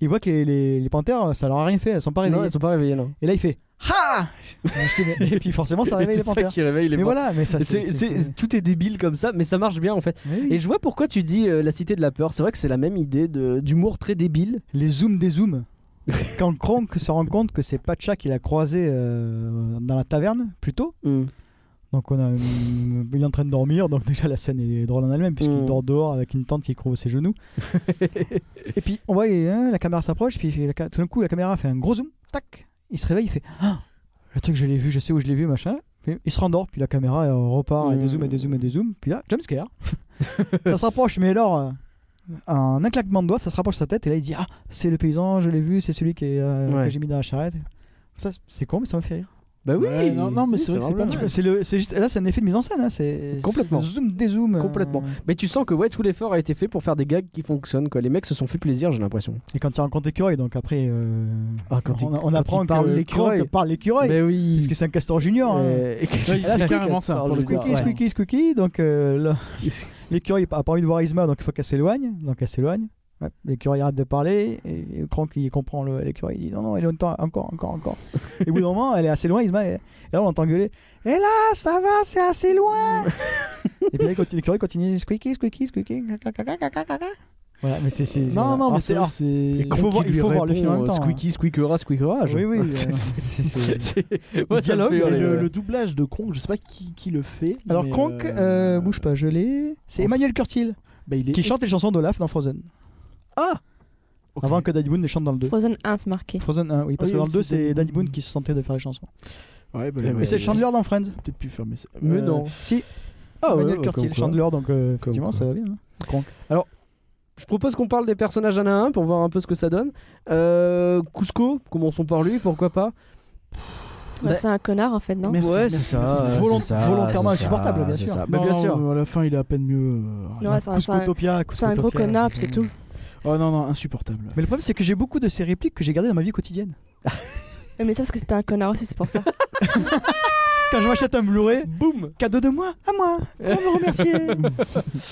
Il voit que les, les, les panthères, ça leur a rien fait, elles sont pas Non, réveillées. ils sont pas réveillés, non. Et là, il fait Ha Je t'ai- Et puis forcément, ça Mais réveille les c'est ça panthères. qui réveille les Mais panthères. voilà, mais ça, C'est- c'est- tout est débile comme ça, mais ça marche bien en fait. Mais oui. Et je vois pourquoi tu dis euh, la cité de la peur. C'est vrai que c'est la même idée de- d'humour très débile. les zooms des zooms. Quand Kronk se rend compte que c'est Pacha qui l'a croisé euh, dans la taverne plus tôt, Mmh. donc on a, une- il est en train de dormir, donc déjà la scène est drôle en elle-même puisqu'il Mm. dort dehors avec une tente qui couvre ses genoux. et puis on voit hein, la caméra s'approche, puis la ca- tout d'un coup la caméra fait un gros zoom, tac, il se réveille, il fait Ah, le truc je l'ai vu, je sais où je l'ai vu, machin. Puis il se rendort, puis la caméra euh, repart et Mm. des zooms et des zooms et des zooms, puis là jumpscare. ça se rapproche, mais alors euh, en un claquement de doigts, ça se rapproche de sa tête et là il dit ah c'est le paysan, je l'ai vu, c'est celui qui est, euh, Ouais. que j'ai mis dans la charrette. Ça c'est con mais ça me fait rire. Bah oui. Ouais, non, non, mais Oui, c'est vrai que c'est vraiment pas bien. mal. C'est le, c'est juste, là, c'est un effet de mise en scène. Hein, c'est Complètement. c'est Zoom, dézoom. euh, Complètement. Mais tu sens que ouais, tout l'effort a été fait pour faire des gags qui fonctionnent. Quoi. Les mecs se sont fait plaisir, j'ai l'impression. Et quand il rencontre l'écureuil, donc après, euh, Ah, quand il- on, on quand il apprend parle que l'écureuil. Kronk parle l'écureuil, Mais oui. parce que c'est un castor junior. hein. Euh, et que- c'est Squeak, carrément elle ça, parle pour le de coup. ça, Squeaky, ouais. squeaky, squeaky. Donc euh, là, l'écureuil a pas envie de voir Isma, donc il faut qu'elle s'éloigne. Donc elle s'éloigne. Ouais, L'écureuil arrête de parler. Et Kronk, il comprend le- l'écureuil. Il dit non, non, il est longtemps, encore, encore, encore. et au bout d'un moment, elle est assez loin, Isma. Et, et là, on entend gueuler. Et là, ça va, c'est assez loin. et puis là, il continue- l'écureuil continue. Squeaky, squeaky, squeaky. caca, caca, caca, caca. Voilà, mais c'est. c'est- ah, Non, non, alors, mais Ah, c'est. alors, c'est- Il faut Quand voir- il il faut lui voir répond, le film en euh, même temps, hein. Squeaky, squeakera, squeakerage. Oui, oui. euh, C'est- c'est- c'est- c'est- Le Moi, ça me dialogue, fait et hurler, le, ouais. le doublage de Kronk, je sais pas qui, qui le fait. euh, Alors, mais, Kronk, euh, euh, bouge pas, je l'ai. C'est Emmanuel Curtil bah, il est qui chante les chansons d'Olaf dans Frozen. Ah Ok. Avant que Danny Boone les chante dans le 2. Frozen 1 se marquait. Frozen 1, oui, parce Oui, que dans oui, le 2, c'est c'est Danny Danny Boone Boone. qui se sentait de faire les chansons. Ouais, bah, Et ouais, Et c'est ouais. Chandler dans Friends. Peut-être plus fermer ça. Mais Euh, non. Si, Ah, ouais, Emmanuel ouais, Curtil, comme quoi. Chandler, donc euh, effectivement, quoi. ça va bien. hein. Kronk. Je propose qu'on parle des personnages un à un pour voir un peu ce que ça donne. Euh, Cusco, commençons par lui, pourquoi pas Bah, Bah- c'est un connard en fait, non Merci, Ouais, merci, c'est Ah, merci. ça. Faut- Volont- c'est ça, volontairement c'est ça, insupportable, bien c'est sûr. ça. Bah, ah, Non, bien non, sûr. À la fin, il est à peine mieux. euh, Non, c'est un- c'est un- Cuscotopia, C'est un gros Cuscotopia. connard, puis c'est tout. Oh non, non, insupportable. Mais le problème, c'est que j'ai beaucoup de ces répliques que j'ai gardées dans ma vie quotidienne. Ouais, Euh, Mais ça, parce que c'était un connard aussi, c'est pour ça. Quand je m'achète un Blu-ray, Boum cadeau de moi, à moi, on me remercier.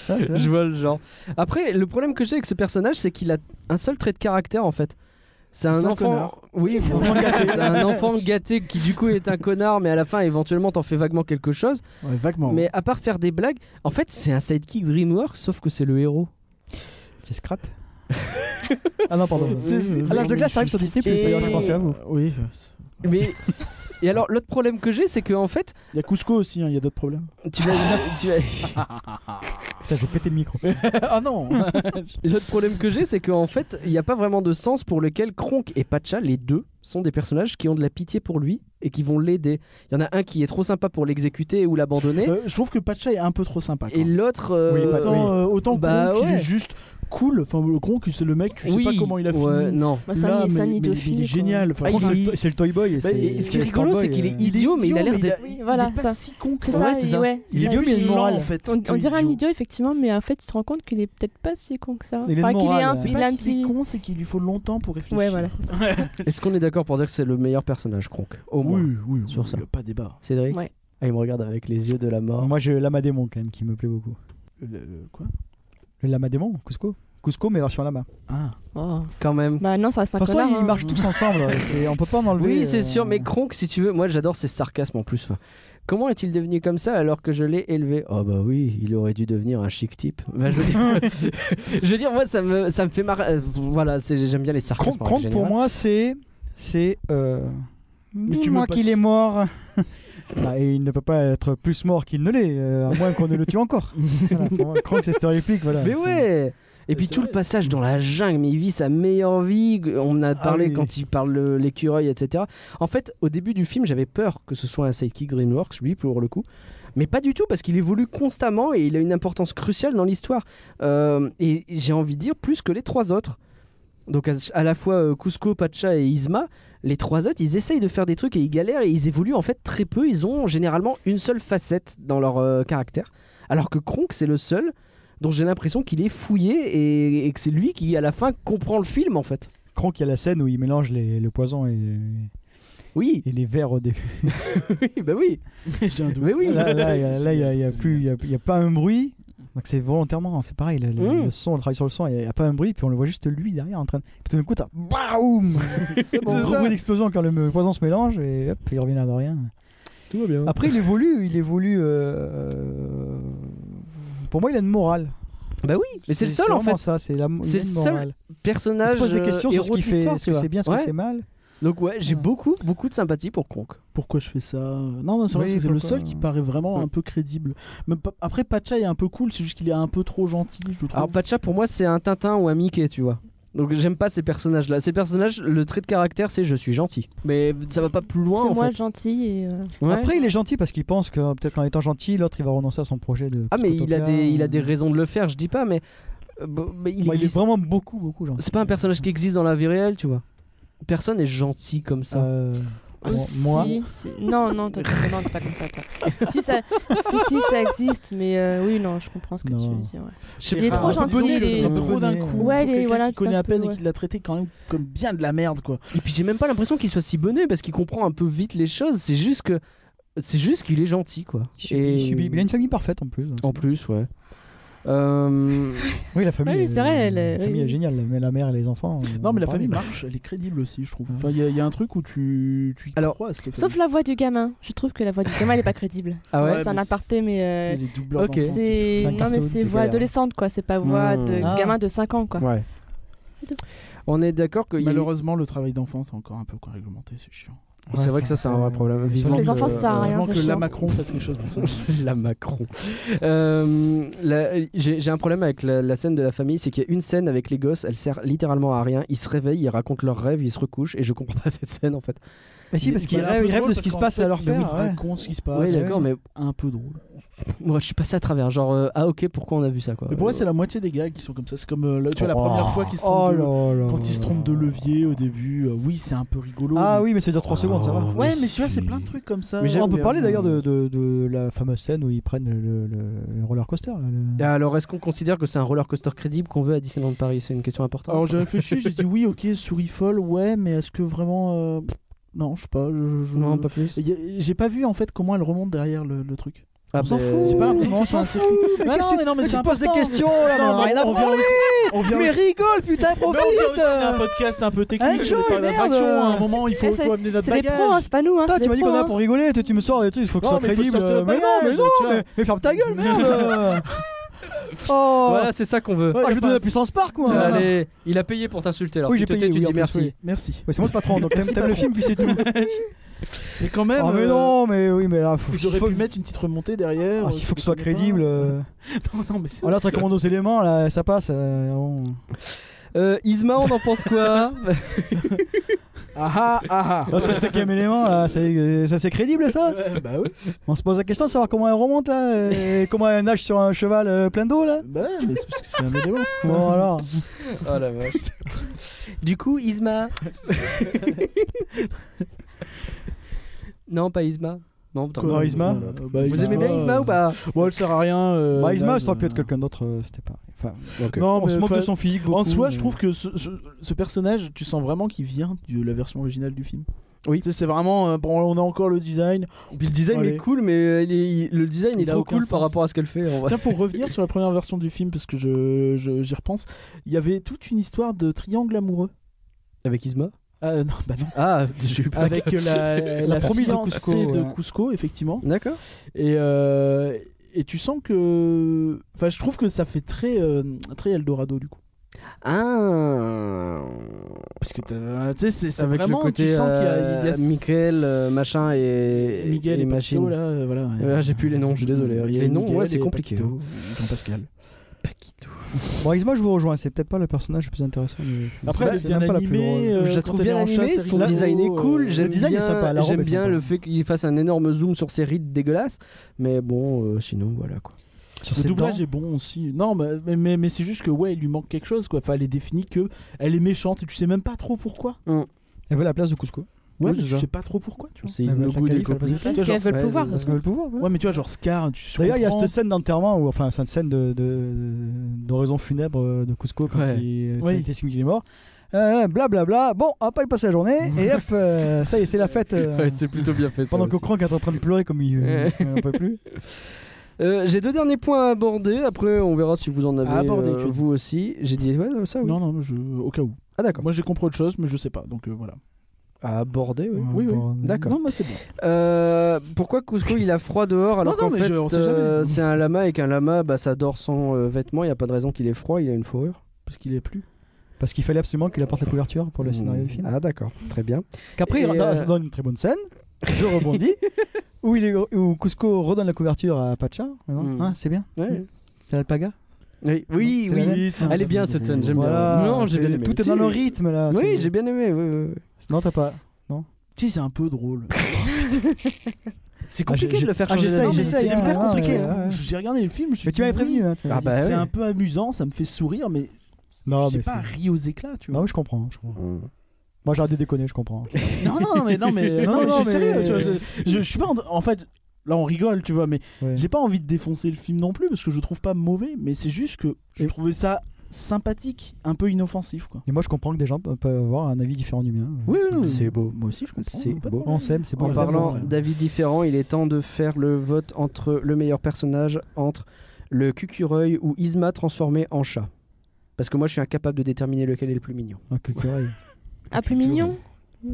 Ah, Je vois le genre. Après, le problème que j'ai avec ce personnage, c'est qu'il a un seul trait de caractère en fait. C'est un, C'est un enfant. connard. oui, c'est un enfant gâté qui du coup est un connard, mais à la fin éventuellement t'en fais vaguement quelque chose. Ouais, vaguement. Mais à part faire des blagues, en fait c'est un sidekick DreamWorks, sauf que c'est le héros. C'est Scrat Ah non, pardon. C'est- c'est- À l'âge de glace, ça arrive sur Disney, Plus, d'ailleurs, j'ai pensé à vous. Euh, Oui. euh, Mais et alors l'autre problème que j'ai, c'est que en fait Il y a Cusco aussi, hein, il y a d'autres problèmes. tu vas- tu vas- Putain, j'ai pété le micro. ah non L'autre problème que j'ai, c'est qu'en fait, il n'y a pas vraiment de sens pour lequel Kronk et Pacha, les deux, sont des personnages qui ont de la pitié pour lui et qui vont l'aider. Il y en a un qui est trop sympa pour l'exécuter ou l'abandonner, Euh, Je trouve que Pacha est un peu trop sympa. quand et même. l'autre. euh, Oui, Pacha, Autant, euh, autant Bah Kronk, il ouais. est juste cool. Enfin, le Kronk, c'est le mec, tu sais oui, pas comment il a ouais, fini. Non. Bah, c'est un, Là, c'est un mais- mais idiophile, Il est quoi. Bah, génial. Enfin, Ah, Kronk, il- c'est- C'est le- c'est le Toy Boy. Bah, et ce qui est c'est rigolo, Starboy, c'est qu'il euh. est idiot, mais il a idiot, l'air mais d'être. il a- Voilà, il est ça. pas si con que C'est ça. ça, Ouais, c'est ça. ouais, Il est ça, idiot, mais il c'est- est lent en fait. On, on Que dirait un idiot, effectivement, mais en fait, tu te rends compte qu'il est peut-être pas si con que ça. Il est de Enfin, qu'il est morale, un, hein. C'est il a pas un qu'il est petit. con, c'est qu'il lui faut longtemps pour réfléchir. Ouais, voilà. Est-ce qu'on est d'accord pour dire que c'est le meilleur personnage, Kronk Au moins. Oui, oui, Sur oui, ça. y a pas débat. Cédric Ouais. Ah, il me regarde avec les yeux de la mort. Moi, j'ai Lama Démon quand même qui me plaît beaucoup. Le- le- quoi Le Lama Démon, Cusco. Cusco, mais version Lama. Ah. Oh. Quand même. Bah non, ça reste De un toute façon, connard. ils hein. marchent tous ensemble. c'est- On peut pas en enlever. Oui, c'est euh, sûr, mais Kronk, si tu veux, moi j'adore ses sarcasmes en plus. Enfin, Comment est-il devenu comme ça alors que je l'ai élevé Oh bah oui, il aurait dû devenir un chic type. Bah, je, veux dire, je veux dire, moi ça me, ça me fait marrer. euh, Voilà, c'est- j'aime bien les sarcasmes. Kronk, en Kronk, général. pour moi, c'est. C'est. euh, tu Dis-moi me passes- qu'il est mort. Ah, et il ne peut pas être plus mort qu'il ne l'est, euh, à moins qu'on ne le tue encore. voilà, pour moi, Kronk, c'est cette réplique. Voilà, Mais C'est- ouais et puis C'est tout le vrai. passage dans la jungle, mais il vit sa meilleure vie. On en a parlé oui. quand il parle de l'écureuil, etc. En fait, au début du film, j'avais peur que ce soit un sidekick DreamWorks, lui, pour le coup. Mais pas du tout, parce qu'il évolue constamment et il a une importance cruciale dans l'histoire. Euh, et j'ai envie de dire plus que les trois autres. Donc à, à la fois euh, Cusco, Pacha et Isma, les trois autres, ils essayent de faire des trucs et ils galèrent et ils évoluent en fait très peu. Ils ont généralement une seule facette dans leur euh, caractère. Alors que Kronk, c'est le seul dont j'ai l'impression qu'il est fouillé et, et que c'est lui qui à la fin comprend le film en fait. Crank, il y a la scène où il mélange les, le poison et, Oui, et les verres au début. oui, bah oui. J'ai un doute. Mais oui. Là, là, il y a- là, il n'y a, il y a plus- il y a- il y a pas un bruit. Donc c'est volontairement, c'est pareil, le, le- Mm. le son, on travaille sur le son, il n'y a, pas un bruit, puis on le voit juste lui derrière en train de... Puis tout d'un coup, t'as... Baoum C'est Un gros bruit d'explosion quand le me- poison se mélange, et hop, il revient à rien. Tout va bien. Après, il évolue, il évolue... euh, euh, Pour moi, il a une morale. Bah oui, mais c'est le seul C'est en vraiment fait ça, c'est la il a C'est une le seul morale. Il personnage. se pose des euh, questions sur ce héros qu'il de fait, l'histoire, ce tu que vois. c'est bien, ce Ouais. que c'est mal. Donc ouais, j'ai beaucoup beaucoup de sympathie pour Kronk. Pourquoi je fais ça Non, non c'est vrai, Oui, c'est le pourquoi seul qui paraît vraiment Ouais. un peu crédible. Mais pa- après, Pacha est un peu cool, c'est juste qu'il est un peu trop gentil, je trouve. Alors Pacha pour moi c'est un Tintin ou un Mickey, tu vois. Donc j'aime pas ces personnages là. Ces personnages, le trait de caractère c'est je suis gentil. Mais ça va pas plus loin C'est en moi le fait. gentil et euh, Ouais. Après, il est gentil parce qu'il pense que euh, peut-être qu'en étant gentil, l'autre il va renoncer à son projet de. ah mais il a Psicotopia. des il a des raisons de le faire, je dis pas mais, euh, bon, mais il Ouais, il est existe- vraiment beaucoup, beaucoup gentil. C'est pas un personnage qui existe dans la vie réelle, tu vois. Personne est gentil comme ça. Euh, Ah, bon, si, moi, si- Non, non, toi, tu- non, t'es pas comme ça, toi. si, ça, si, si, ça existe, mais euh, oui, non, je comprends ce que tu Non. veux dire. ouais. Je sais il est pas. trop un gentil, bonnet, il le- est- C'est trop d'un Ouais, coup. il est- pour quelqu'un voilà, qui connaît à tout un peine peu, et qui l'a traité quand même comme bien de la merde, quoi. Et puis j'ai même pas l'impression qu'il soit bonnet parce qu'il comprend un peu vite les choses. C'est juste que c'est juste qu'il est gentil quoi. il subit, Et- il subit. Il a une famille parfaite en plus. En plus ouais. Euh, Oui, la famille. Ouais, est- c'est vrai, elle est- la famille oui. est géniale. Mais la mère et les enfants. euh, on- Non, mais on la parlait. famille marche, elle est crédible aussi, je trouve. Enfin, il y, a- il y a un truc où tu, tu y Alors, crois à cette Sauf famille. la voix du gamin. Je trouve que la voix du gamin, elle est pas crédible. Ah ouais. Ouais, c'est un mais aparté, mais. euh, C'est les doubleurs ok. d'enfants, C'est c'est un non cartoon, mais c'est c'est voix galère. adolescente quoi, c'est pas voix Mmh. de Ah. gamin de 5 ans quoi. Ouais. On est d'accord que fou. il y a eu- Malheureusement, le travail d'enfant, c'est encore un peu quoi réglementé, c'est chiant. c'est Ouais, vrai que ça c'est un vrai problème. Surtout les Vivement enfants, que- ça sert à rien, Heureusement c'est que la chiant. Macron fasse quelque chose pour ça. la Macron. Euh, la- J'ai j'ai un problème avec la, la scène de la famille, c'est qu'il y a une scène avec les gosses, elle sert littéralement à rien. Ils se réveillent, ils racontent leurs rêves, ils se recouchent, et je comprends pas cette scène en fait. Mais si, parce C'est qu'ils un peu rêvent ils drôle rêvent de parce ce qui se qu'en passe fait, à leur ils père. ouais. Bah, racontent ce qui se passe. Oui, ouais, d'accord, mais Un peu drôle. moi je suis passé à travers. Genre, euh, ah ok, pourquoi on a vu ça quoi Mais pour moi, c'est la moitié des gags qui sont comme ça. C'est comme euh, le- tu vois, la Oh. première fois qu'ils se euh, Oh trompent de- là là. quand ils se trompent de levier au début. euh, oui, c'est un peu rigolo. Ah mais- oui, mais ça dure 3 secondes, ça va. Oh, Ouais, mais mais tu vois, si. c'est plein de trucs comme ça. Mais j'aime on peut bien. parler d'ailleurs de, de- de la fameuse scène où ils prennent le, le- le roller coaster. là, le- Et Alors, est-ce qu'on considère que c'est un roller coaster crédible qu'on veut à Disneyland Paris C'est une question importante. Alors j'ai réfléchi, j'ai dit oui, ok, souris folle, ouais, mais est-ce que vraiment. euh, Non, je sais pas. je- je- Non, pas plus. Y a- J'ai pas vu en fait comment elle remonte derrière le, le truc. Ah, On s'en bah, fout. J'ai pas l'impression Non, que on c'est un s'en circuit. fout. Mais qu'est-ce non, que- mais non, mais tu c'est te poses des important. questions là, Non, on a mais rien à on vient branler. aussi- On vient Mais aussi- rigole, putain, Mais on vient aussi profite. d'un podcast un peu technique, Enjoy, on parle merde. d'attraction, à un moment il faut, Eh, faut amener notre C'est des bagage. pros, hein, c'est pas nous hein. Putain, c'est tu des m'as dit qu'on est pros, là hein. pour rigoler, toi tu me sors des trucs, il faut que ce Non, soit mais faut crédible. sortir le Mais non, mais bagage, non, tu vois. mais, mais ferme ta gueule, merde Oh, Voilà, c'est ça qu'on veut. Ouais, y Ah, je a vais pas donner la un- puissance park moi Allez, il a payé pour t'insulter. Alors, Oui, tu j'ai te payé, tais, tu oui, dis en plus, merci. oui. Merci. Ouais, c'est moi le patron, donc Merci, t'aimes t'aimes le patron. film, puis c'est tout. Mais quand même, Oh, mais euh, non, mais oui, mais là, faut, ils auraient faut- pu mettre une petite remontée derrière. Ah, euh, s'il faut que ce soit pas. crédible. euh, Non, non, mais c'est- Voilà, t'as commande aux éléments, là, ça passe. euh, on- Euh, Isma, on en pense quoi Ah ah ah ah. Là, t'as le cinquième élément, là, c'est- euh, ça c'est crédible ça Ouais, Bah oui. On se pose la question de savoir comment elle remonte là, euh, et comment elle nage sur un cheval euh, plein d'eau là. Bah ouais, mais c'est parce que c'est un élément. Bon alors. Bah, Oh la vache. du coup, Isma. non, pas Isma. Non, t'en- Quoi, Isma Euh, bah, Vous aimez bien Isma ou pas Ouais, elle sert à rien. euh, Bah, Isma, là, ça aurait pu euh, être quelqu'un d'autre, euh, c'était pas. Enfin, Non, on mais se moque enfin, de son physique beaucoup. En soi, mais- je trouve que ce, ce- ce personnage, tu sens vraiment qu'il vient de la version originale du film. Oui. Tu sais, C'est vraiment. euh, bon, on a encore le design. Puis le design Allez. est cool, mais euh, il est- il- le design Il est a trop aucun cool par sens. rapport à ce qu'elle fait. en vrai. Tiens, pour revenir sur la première version du film, parce que je, je- j'y repense, il y avait toute une histoire de triangle amoureux. Avec Isma Euh, non, bah non. Ah, j'ai eu pas Avec la, la, promise de fiancée Cusco, de ouais. Cusco, effectivement. D'accord. Et, euh, et tu sens que. Enfin, je trouve que ça fait très, euh, très Eldorado, du coup. Ah. Parce que t'as- tu sais, c'est, c'est Avec vraiment. le côté tu sens qu'il y a. euh, il y a- Michael, euh, machin et Miguel et, machine. Paquito, là, euh, voilà. ouais. Ouais, j'ai plus les noms, je suis désolé. Il y a Les noms, Miguel ouais, c'est et compliqué. Paquito, Jean-Pascal. Paquito. Bon, Isma, je vous rejoins, c'est peut-être pas le personnage le plus intéressant. du film. Après, elle est C'est bien même pas la plus animée. drôle. euh, je la quand trouve elle est bien en chasse, animée, c'est son rigolo, design est euh, cool, j'aime design est bien, sympa, la robe j'aime est bien sympa. le fait qu'il fasse un énorme zoom sur ses rides dégueulasses, mais bon, euh, sinon voilà quoi. Sur Le ses doublage dents. est bon aussi. Non, mais, mais, mais, mais c'est juste que, ouais, il lui manque quelque chose, quoi. Enfin, elle est définie que elle est méchante et tu sais même pas trop pourquoi. Elle veut la place de Cusco. Ouais, Ouais, mais c'est je ça. sais pas trop pourquoi, tu vois. C'est Ah bah, le ça goût des qualifie la compositions. Parce qu'elles veulent Ouais, pouvoir. c'est- Parce que le pouvoir. ouais. Ouais, mais tu vois, genre Scar, tu je D'ailleurs, il y a comprends. cette scène d'enterrement, ou enfin cette scène de, de- de- d'oraison funèbre euh, de Cusco quand Ouais. il Oui. oui. signe qu'il est mort. Euh, Blablabla. Bon, on va pas y passer la journée. Et hop, euh, ça y est, c'est la fête. euh, Ouais, c'est plutôt bien fait. ça pendant que aussi. Crank est en train de pleurer comme il Ouais. n'en peut plus. Euh, J'ai deux derniers points à aborder. Après, on verra si vous en avez. À aborder, euh, tu- vous aussi. J'ai dit ouais, ça. Oui. Non, non, je... au cas où. Ah d'accord. Moi, j'ai compris autre chose, mais je sais pas, donc euh, voilà. À aborder. Oui. Oui, oui. D'accord. Non, moi, c'est bon. Euh, pourquoi Cusco il a froid dehors alors Non, non, qu'en mais fait je- on sait euh, jamais. c'est un lama et qu'un lama bah, ça dort sans euh, vêtements, il n'y a pas de raison qu'il ait froid, il a une fourrure. Parce qu'il est plus. Parce qu'il fallait absolument qu'il apporte la couverture pour le scénario du film. Ah d'accord, très bien. Qu'après, Et, il redonne- euh, ça donne une très bonne scène. Je rebondis. où, il est, où Cusco redonne la couverture à Pacha. hein, Mm. hein, c'est bien. Ouais. C'est l'alpaga. Oui, oui, C'est la oui. même. Elle est bien cette scène, j'aime Voilà, bien. Non, j'ai c'est- bien aimé. Tout est Si. dans le rythme là. Oui, Ah, c'est- j'ai bien aimé. oui, oui, oui. Non, t'as pas. Si, c'est un peu drôle. C'est Ah, compliqué j'ai- de le faire ah, changer. j'essaye, d'avis. j'essaye, C'est hein, hyper ouais, compliqué. ouais, hein. ouais. J'ai regardé le film, je suis Mais tu m'avais prévenu. Hein, tu m'avais Ah dit. bah, c'est ouais. un peu amusant, ça me fait sourire, mais non, c'est mais pas c'est- ri aux éclats, tu vois. Non, mais je comprends. je comprends. Moi, j'arrête de déconner, je comprends. Non, non, mais non, mais, non, Non, mais je suis mais- sérieux, tu vois. Je, je- je suis pas en, en fait. Là, on rigole, tu vois, mais Ouais. j'ai pas envie de défoncer le film non plus parce que je le trouve pas mauvais, mais c'est juste que je Et- trouvais ça sympathique, un peu inoffensif, quoi. Et moi, je comprends que des gens pe- peuvent avoir un avis différent du mien. Oh, Oui, oui, oui. C'est beau. Moi aussi, je comprends. C'est pas de beau. problème. On s'aime, c'est En bon. Ouais, parlant vraiment. d'avis différents, il est temps de faire le vote entre le meilleur personnage, entre le cucureuil ou Isma transformé en chat. Parce que moi je suis incapable de déterminer lequel est le plus mignon. Ah, que courage. Ah, plus mignon.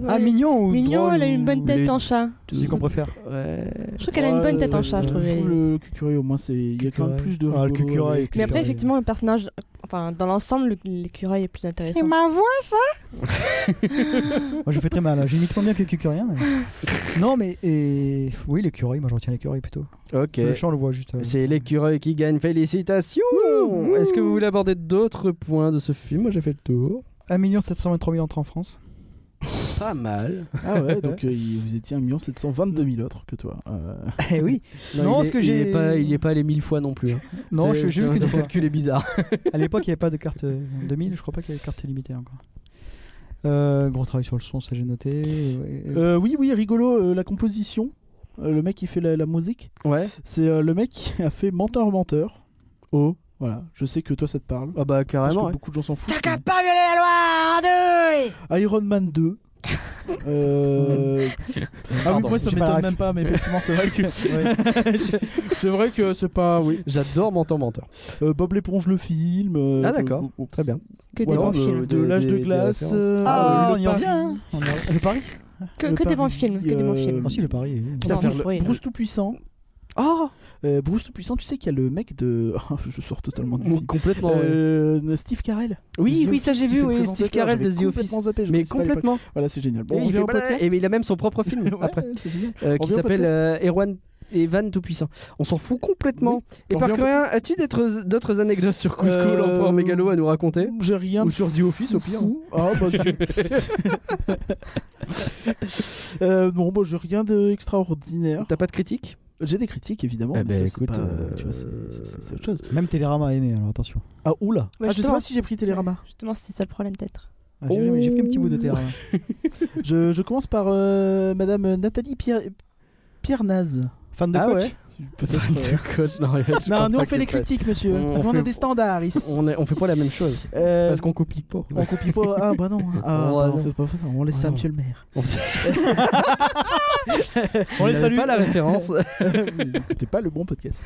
Ah, Ouais. mignon ou Mignon, drôle elle a ou- une bonne les- tête en chat. C'est ce qu'on préfère. Ouais. Je trouve qu'elle a une bonne tête en chat, Je je trouvais. trouve le cucuré au moins, c'est il y a quand même Cucuré. plus de. Ah, le rigolo cucuré. avec- Mais après, effectivement, le personnage, enfin, dans l'ensemble, le- l'écureuil est plus intéressant. Moi, je fais très mal. hein. J'imite moins bien que Cucurien. mais- non, mais et... oui, l'écureuil. Moi, je retiens l'écureuil plutôt. Ok. Le chant, on le voit juste. euh, Mm. C'est l'écureuil qui gagne. Félicitations Est-ce que vous voulez aborder d'autres points de ce film Moi j'ai fait le tour. 1 723 000 entrées en France. Pas mal. Ah ouais, donc euh, il- vous étiez 1 722 000 autres que toi. Euh, Eh oui. Non, il parce est- que il j'ai- est pas- Il n'y est pas allé mille fois non plus. hein. Non, C'est- je j'ai c'est vu un qu'une fois. calcul est bizarre. À l'époque, il n'y avait pas de carte euh, 2000. Je crois pas qu'il y avait de carte limitée encore. Euh, gros travail sur le son, ça j'ai noté. Et- et- euh, oui, oui, rigolo, euh, la composition. Euh, le mec qui fait la, la musique, Ouais. c'est euh, le mec qui a fait Menteur Menteur. Oh. Voilà, je sais que toi ça te parle. Ah bah Parce carrément. que beaucoup de gens s'en foutent. pas violer la loi en deux mais Iron Man 2. Euh... Ah oui, Pardon, moi ça j'ai pas m'étonne la ref. même pas, mais effectivement c'est vrai que Ouais. c'est vrai que c'est pas oui. J'adore Mentor Menteur. Euh, Bob l'éponge le film. euh, Ah, d'accord. je- Très bien. Que des Voilà, bons de- films. de Des- l'âge de des- des glace. références. euh, Ah, le on y revient. Paris, hein. On y revient. Le pari Que, le que des bons Paris, films. Que des bons films. euh, Ah, si, le pari. oui. Putain, faire Bruce le- Wayne. Bruce tout puissant. Oh Bruce tout puissant, tu sais qu'il y a le mec de. je sors totalement du film. Complètement. Euh, Steve Carell. Oui, The oui, ça Office j'ai qui vu. fait le Oui, Steve présentateur, Carell de j'avais The Office. complètement zappé, je Mais connaissais pas à l'époque. complètement. Voilà, c'est génial. Bon, Et on il, revient fait au pas- podcast. et mais il a même son propre film Ouais, après, c'est génial. euh, On qui revient au s'appelle podcast. euh, Erwan Evan tout puissant. On s'en fout complètement. et On par revient au rien, as-tu d'autres d'autres anecdotes sur Cusco, Euh, l'empereur mégalo à nous raconter J'ai rien. Ou de sur The Office, au pire. fou. Ah, bah, je- Euh, non, bah, j'ai rien d'extraordinaire. T'as pas de critique J'ai des critiques, évidemment. mais Eh ça, ben, c'est écoute, pas- euh, tu vois, c'est- c'est c'est- c'est autre chose. Même Télérama a aimé, alors attention. Ah oula. Ouais, Ah, je sais justement, pas si j'ai pris Télérama. justement, c'est ça le problème, peut-être. Ah, j'ai j'ai pris un petit bout de Télérama. je, je commence par euh, Madame Nathalie Pierre, Pierre Naz. Fan de ah coach. ouais. Peut-être. Fan euh, de coach, non, rien, je Non, pense nous on pas fait que les fasse. critiques, monsieur. On- on nous on fait- a des standards ici. On, est- on fait pas la même chose Euh, parce qu'on copie pas. on copie pas. Ah bah non. Ah, Oh, bah, non. on fait pas ça. On laisse Oh, ça, non. monsieur le maire. On, s- On on les salue. Pas la référence. C'était pas le bon podcast.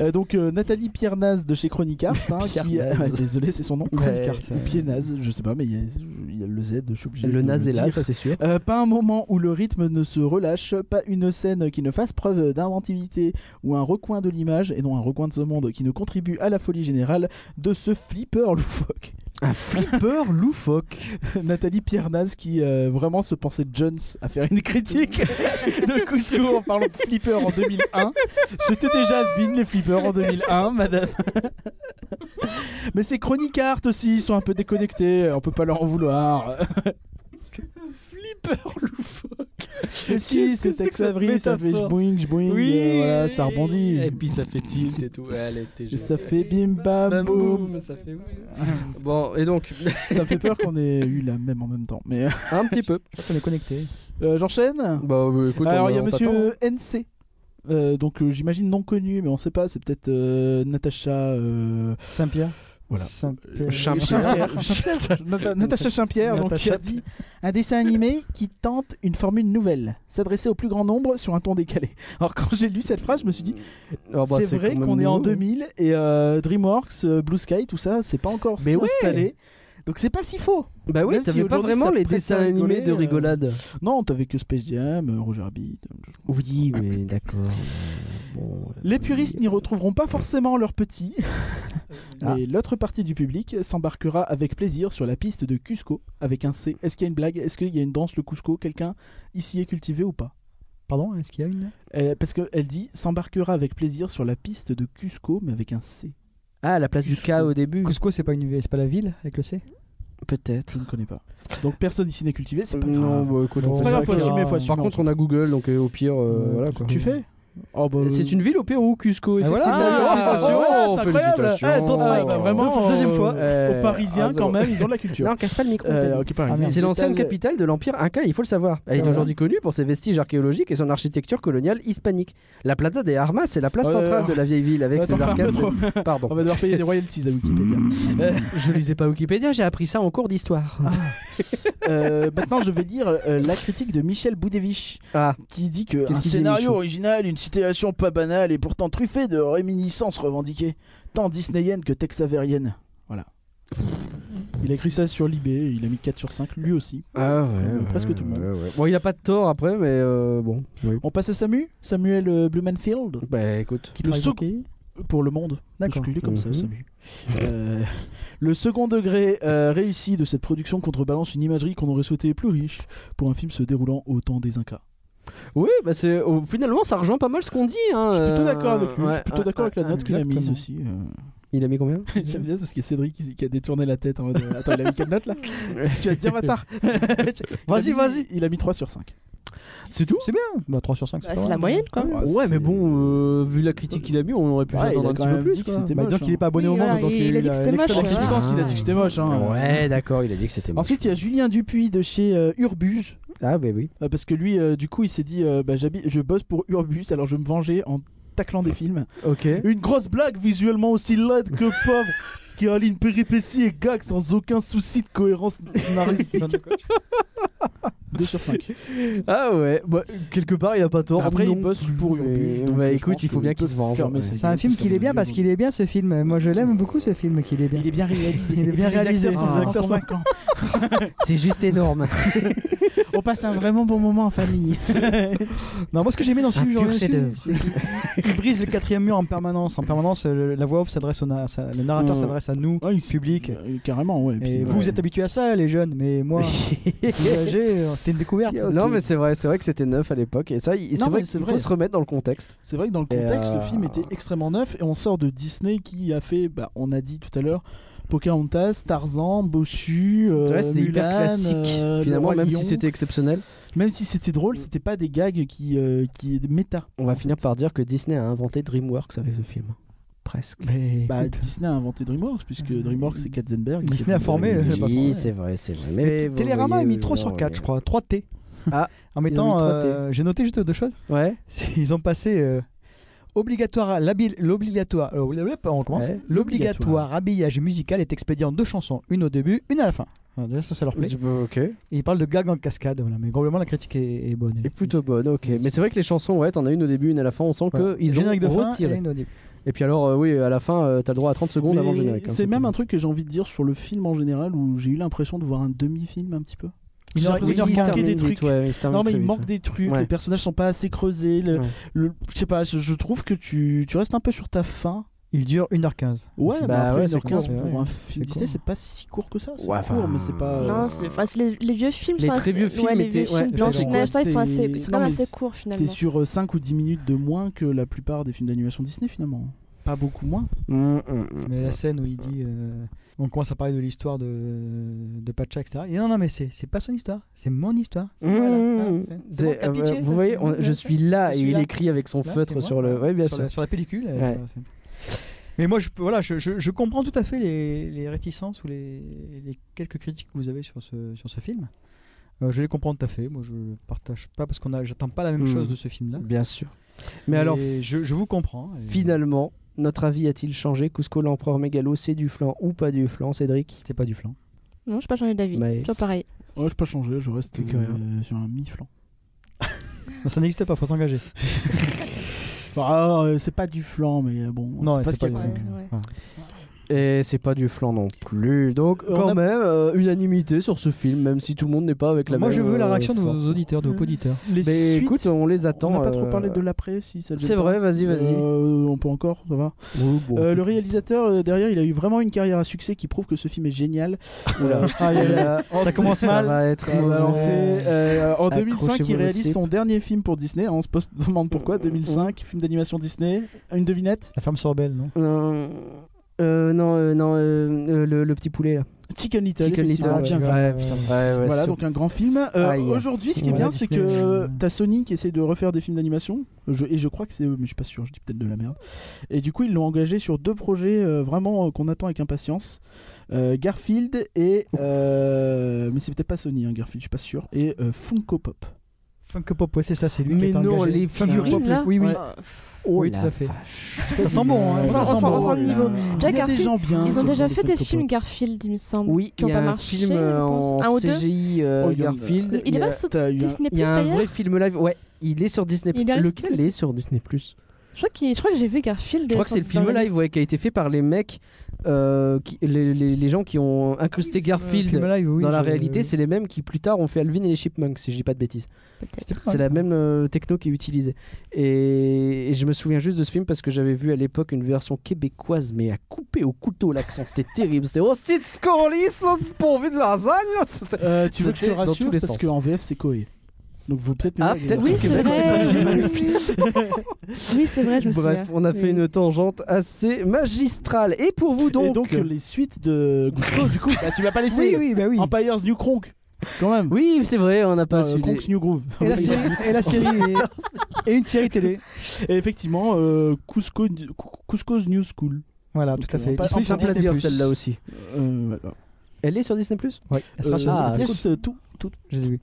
Euh, donc euh, Nathalie Pierre Naz de chez Chronicart, hein, qui... Pierre Naz. Ouais, désolé c'est son nom. Mais- Carte, euh, Pied Naz, je sais pas mais il y, a- il y a le Z, je suis obligé. le de naze est là, dire. ça c'est sûr. Euh, pas un moment où le rythme ne se relâche, pas une scène qui ne fasse preuve d'inventivité ou un recoin de l'image et non un recoin de ce monde qui ne contribue à la folie générale de ce flipper loufoque. Un flipper loufoque. Nathalie Piernaz qui euh, vraiment se pensait Jones à faire une critique de Cusco en parlant de flipper en 2001. C'était déjà Asbin les flippers en 2001, madame. Mais c'est Chronic Art aussi, ils sont un peu déconnectés, on peut pas leur en vouloir. flipper loufoque. Mais si, Qu'est-ce c'est que c'est que Tex cette Avery, ça fait métaphore jboing, jboing, euh, voilà, ça rebondit. Et puis ça fait tilt et tout. Ouais, Allez, t'es Et ça fait bim bam boum. Ça fait Bon, et donc, Ça me fait peur qu'on ait eu la même en même temps. Mais un petit peu. Je crois qu'on est connecté. Euh, j'enchaîne. Bah, bah, écoute, Alors on- il y a on t'attend. Monsieur NC. Euh, donc euh, j'imagine non connu, mais on sait pas. C'est peut-être euh, Natacha. euh, Saint-Pierre. Voilà. Saint-Pierre. Chimpierre. Ah, Chimpierre. Nata- Natacha Chimpierre donc, qui a Natacha. dit un dessin animé qui tente une formule nouvelle, s'adresser au plus grand nombre sur un ton décalé. Alors quand j'ai lu cette phrase, je me suis dit Ah, bah, c'est vrai quand même qu'on est en nouveau. 2000 et euh, DreamWorks, euh, Blue Sky, tout ça, c'est pas encore Mais ouais. installé. Donc c'est pas si faux. Bah oui, Même t'avais si pas aujourd'hui, vraiment ça les prête à dessins animés rigoler, de euh, rigolade. Non, t'avais que Space Jam, euh, Roger Rabbit. euh, Oui, mais d'accord. euh, bon, euh, Les puristes oui. n'y retrouveront pas forcément leurs petits, Ah. mais l'autre partie du public s'embarquera avec plaisir sur la piste de Cusco avec un C. Est-ce qu'il y a une blague Est-ce qu'il y a une danse le Cusco Quelqu'un ici est cultivé ou pas Pardon, est-ce qu'il y a une Euh, Parce qu'elle dit s'embarquera avec plaisir sur la piste de Cusco, mais avec un C. Ah, à la place du Cusco. K au début, Cusco, c'est pas, une... c'est pas la ville avec le C peut-être. Je ne connais pas. Donc personne ici n'est cultivé, c'est pas Non, grave. bah, écoute, Non, on C'est pas verra grave, faut qu'il y aura- assumer, faut assumer, Par contre, on a Google, donc euh, au pire, euh, voilà quoi. Euh, Tu fais Oh, bah, C'est une ville au Pérou, Cusco, Ah, voilà. effectivement. Ah, Félicitations, voilà, c'est incroyable. félicitations. Eh, tant de mal, bah, vraiment, Deuxième euh, fois. Euh, Aux Parisiens, ah, quand zéro. même, ils ont de la culture. Non, casse pas le micro. Euh, t'as dit. ok, Parisien. Ah, merde. C'est l'ancienne Capitale- capitale de l'Empire Inca, il faut le savoir. Elle est Ah, aujourd'hui connue pour ses vestiges archéologiques et son architecture coloniale hispanique. La Plaza de Armas c'est la place Ouais, centrale ouais. de la vieille ville avec Attends, ses fais un peu arcades. trop. Pardon. On va devoir payer des royalties à Wikipédia. Je lisais pas Wikipédia, j'ai appris ça en cours d'histoire. Euh, maintenant, je vais lire euh, la critique de Michel Boudevich Ah, qui dit que Qu'est-ce un qu'il dit, scénario Michou original, une situation pas banale et pourtant truffée de réminiscences revendiquées, tant disneyiennes que texavériennes. Voilà. Il a écrit ça sur Libé, il a mis 4 sur 5 lui aussi. Ah ouais, Euh, ouais, presque tout le monde. ouais, ouais. Bon, il a pas de tort après, mais euh, bon. Oui. On passe à Samu, Samuel euh, Blumenfield, Bah écoute. Le travaille sec- pour qui pour le monde. D'accord. Parce qu'il est comme ça, Mhm. Samu. Euh, le second degré euh, réussi de cette production contrebalance une imagerie qu'on aurait souhaité plus riche pour un film se déroulant au temps des Incas. Oui, bah c'est oh, finalement ça rejoint pas mal ce qu'on dit. Hein, Je suis plutôt euh, d'accord avec lui, je ouais, suis plutôt ouais, d'accord avec la ouais, note qu'il a mise exactement. aussi. euh. Il a mis combien J'aime bien parce qu'il y a Cédric qui, qui a détourné la tête en mode euh, Attends, il a mis quelle note là Qu'est-ce que tu vas te dire, bâtard Vas-y, Il a mis- vas-y. Il a mis 3 sur 5. C'est tout C'est bien. Bah, 3 sur 5. Bah, c'est la moyenne, quoi. Ouais, Ah, Ouais, Ah, c'est- mais bon, euh, vu la critique qu'il a mis, on aurait pu Ouais, il s'attendre a un petit quand peu même plus. dit que quoi. c'était Bah, moche. donc, il est hein. pas abonné Oui, au monde. voilà, donc il a dit que c'était l'extrême Donc, moche, c'est hein. ouais. expérience. puissance, il a dit que c'était moche. hein. Ah, Ouais, d'accord, il a dit que c'était. moche. Ensuite, il y a Julien Dupuis de chez euh, Urbus. Ah bah oui. euh, parce que lui, euh, du coup, il s'est dit euh, bah, j'habite- Je bosse pour Urbus, alors je vais me venger en taclant des films. Ok. Une grosse blague visuellement aussi laide que pauvre qui allie une péripétie et gag sans aucun souci de cohérence narrative. 2 sur 5. Ah ouais. Bah, quelque part, il a pas tort. Après, Non il bosse plus, pour mais- Urbus. donc, Bah je écoute, pense il faut que bien il qu'il se peut venge. fermer sa ouais. C'est un film qu'il est bien parce qu'il est bien ce film. Moi je l'aime beaucoup ce film qu'il est bien. Il est bien réalisé. Il est bien réalisé, Les acteurs, les sont acteurs sont- convaincants. C'est juste énorme. On passe un vraiment bon moment en famille. Non, moi ce que j'ai aimé dans ce Un film, je pur reviens dessus, chef-d'œuvre. c'est qu'il il brise le quatrième mur en permanence. En permanence, euh, la voix off s'adresse au na- ça- le narrateur Mm. s'adresse à nous, Ah, il se- public. Euh, Carrément, ouais. Et puis, vous ouais. êtes habitués à ça, les jeunes, mais moi, les âgés, euh, c'était une découverte. Non mais c'est vrai, c'est vrai que c'était neuf à l'époque et ça, il- Non, c'est vrai mais c'est qu'il faut vrai. se remettre dans le contexte. C'est vrai que dans le Et, contexte, le euh, film était extrêmement neuf et on sort de Disney qui a fait, bah, on a dit tout à l'heure, Pocahontas, Tarzan, Bossu, euh, C'est vrai, c'était hyper Mulan, classique. euh, Le Finalement, Roi même Lion. si c'était exceptionnel, Même si c'était Mm. drôle, c'était pas des gags qui, euh, qui méta. on va finir par dire que Disney a inventé DreamWorks avec ce film. Presque. Mais Bah, écoute, Disney a inventé DreamWorks, puisque Mm. DreamWorks c'est Katzenberg. Disney a formé. euh, Oui, pas formé. c'est vrai, c'est vrai. Mais Mais T- Télérama eh, vous a mis voyez, euh, 3 sur ouais. 4, je crois. 3 T. Ah, en ont mettant, mis trois T. euh, j'ai noté juste deux choses. Ouais. C'est- Ils ont passé euh, obligatoire à l'habil- l'obligatoire euh, blablabla, on recommence. Ouais. L'obligatoire habillage musical est expédié en deux chansons, une au début, une à la fin. Alors, déjà, ça, ça leur plaît. Ok. Et ils parlent de gag en cascade, voilà. mais globalement la critique est, est bonne. Et plutôt bonne, ok. Mais c'est vrai que les chansons, ouais, t'en as une au début, une à la fin, on sent Voilà. qu'ils ont Générique de fin et retiré. une au début. Et puis alors, euh, oui, à la fin, euh, t'as le droit à 30 secondes Mais avant le générique. hein, c'est même tout. un truc que j'ai envie de dire sur le film en général où j'ai eu l'impression de voir un demi-film un petit peu. Oui, J'ai l'impression il qu'il se manquait termine des vite, trucs. ouais, il se termine Non mais très il vite, manque ouais. des trucs, Ouais. les personnages sont pas assez creusés. Le, Ouais. le- je sais pas, je, je trouve que tu, tu restes un peu sur ta fin. Il dure 1h15. Ouais, Bah mais après ouais, une heure c'est 15 court, pour ouais. un film C'est Disney, court. c'est pas si court que ça. C'est Ouais, court, enfin, mais c'est pas. euh, Non, c'est enfin, c'est les, les vieux films. Les enfin, très c'est- vieux films ouais, les étaient- vieux ouais, films blancs mais et bon, noirs, ça, ils sont c'est- assez, ils sont quand non, même mais assez c'est- courts T'es finalement. sur euh, 5 ou 10 minutes de moins que la plupart des films d'animation Disney finalement. Pas beaucoup moins. Mm, mm, mm. Mais la scène où il dit. euh, on commence à parler de l'histoire de, de Pacha, etc. Et non, non, mais c'est c'est pas son histoire, c'est mon histoire. C'est moi, là. Mmh. Ah, c'est- c'est C'est- moi, t'as euh, pitché, ça, vous voyez, c'est on- moi, je suis là je et suis il là. écrit avec son Là, c'est feutre moi. sur le. Oui, bien sur sûr. la, sur la pellicule. euh, Ouais. voilà, c'est- Mais moi, je, peux- voilà, je, je- je comprends tout à fait les, les réticences ou les, les quelques critiques que vous avez sur ce, sur ce film. Euh, je les comprends tout à fait. Moi, je partage pas parce qu'on a, j'attends pas la même Mhm. chose de ce film-là. Bien sûr. Mais alors, Et je, je vous comprends. Et finalement, notre avis a-t-il changé Cusco l'empereur mégalo, c'est du flan ou pas du flan, Cédric C'est pas du flan. Non, je pas changé d'avis. Mais- Toujours pareil. Ouais, je pas changé, je reste Plus que rien. euh, sur un mi-flanc. Non, ça n'existe pas. Faut s'engager. Enfin, ah, euh, c'est pas du flanc, mais euh, bon, Non, c'est c'est pas ce qu'il y a pas de du flanc. flanc. Ouais, ouais. Voilà. Et c'est pas du flan non plus. Donc, On quand a- même, euh, unanimité sur ce film, même si tout le monde n'est pas avec la moi, même, je veux la euh, réaction de force. vos auditeurs, de vos auditeurs. Les Mais suites, écoute, on les attend. on n'a pas euh, trop parlé de l'après, si ça te gêne C'est pas. vrai, vas-y, vas-y. Euh, on peut encore, ça va. Oui, Oh, bon. Euh, le réalisateur, euh, derrière, il a eu vraiment une carrière à succès qui prouve que ce film est génial. Euh, Ah, il y a- Ça commence mal. Ça va être Ah, bah, mauvais. alors, c'est, euh, en Accrochez-vous 2005, il vos réalise slips. son dernier film pour Disney. hein, On se pose- demande pourquoi. 2005, film d'animation Disney. Une devinette La femme sorbelle, non Euh, euh, non, euh, non, euh, euh, le, le petit poulet là. Chicken Little. Chicken Little. effectivement, ouais. bien vu. Ouais, putain. oh, Ouais, ouais, Voilà, sûr. donc un grand film. Euh, Aïe. Aujourd'hui, ce qui est Voilà, bien, c'est Disney, que euh, t'as Sony qui essaie de refaire des films d'animation. Je- et je crois que c'est eux, mais je suis pas sûr, je dis peut-être de la merde. Et du coup, ils l'ont engagé sur deux projets euh, vraiment euh, qu'on attend avec impatience Euh, Garfield et. euh, mais c'est peut-être pas Sony, hein, Garfield, je suis pas sûr. Et euh, Funko Pop. Funko Pop, ouais, c'est ça, c'est lui Mais qui est non, engagé. les Funko figurines, Pop, là oui, oui. Ouais. Oh oui, la tout à fait. vache. Ça sent bon, hein. On Ça sent- sent on bon. sent le niveau. Il y a Déjà, des Garfield, gens bien Ils ont dans déjà les fait des Funko Pop. films Garfield, il me semble. Oui, qui ont il y a pas un marché, film je euh, en pense. Un ou deux CGI euh, Oh, il y en a- Garfield. Il y est a- pas sur T'as eu un- Disney Il y Plus a un d'ailleurs vrai film live. Ouais, il est sur Disney Il est sur Lequel Disney+. est sur Disney Plus Je crois qu'il- je crois que j'ai vu Garfield. Je crois que c'est le film live ouais, qui a été fait par les mecs, euh, qui- les, les- les gens qui Ah ont incrusté Garfield Film live, Euh, oui, dans la je- réalité. C'est les mêmes qui plus tard ont fait Alvin et les Chipmunks, si je dis pas de bêtises. C'était pas mal. C'est la même euh, techno qui est utilisée. Et, et je me souviens juste de ce film parce que j'avais vu à l'époque une version québécoise, mais à couper au couteau l'accent. C'était terrible. C'était Oh, c'est de scolis, là, c'est pourvu de lasagne. là, c'est- Ah, c'est- Euh, tu veux que je te C'était dans rassure tous les parce sens. qu'en VF, c'est Koei. Donc vous peut-être. Ah, mieux aller peut-être voir. que Québec, vrai. c'est pas mal. Oui, c'est vrai, je me souviens. Bref, on a fait Oui. une tangente assez magistrale. Et pour vous donc. Et donc les suites de Goku, du coup, bah, tu m'as pas laissé. Oui, oui, bah oui. Empire's New Kronk, quand même. Oui, c'est vrai, on n'a pas Euh, su. les- Kronk's New Groove. Et la série, et, la série et- et une série télé. Et effectivement, euh, Cusco, Cusco's New School. Voilà, Donc, tout à on fait. passe- Enfin, Disponible sur on peut la dire Disney+. celle-là aussi. Euh, voilà. Elle est sur Disney Plus Ouais, elle sera Euh, sur ah, Disney+. yes, euh, tout. tout. Je les ai vus.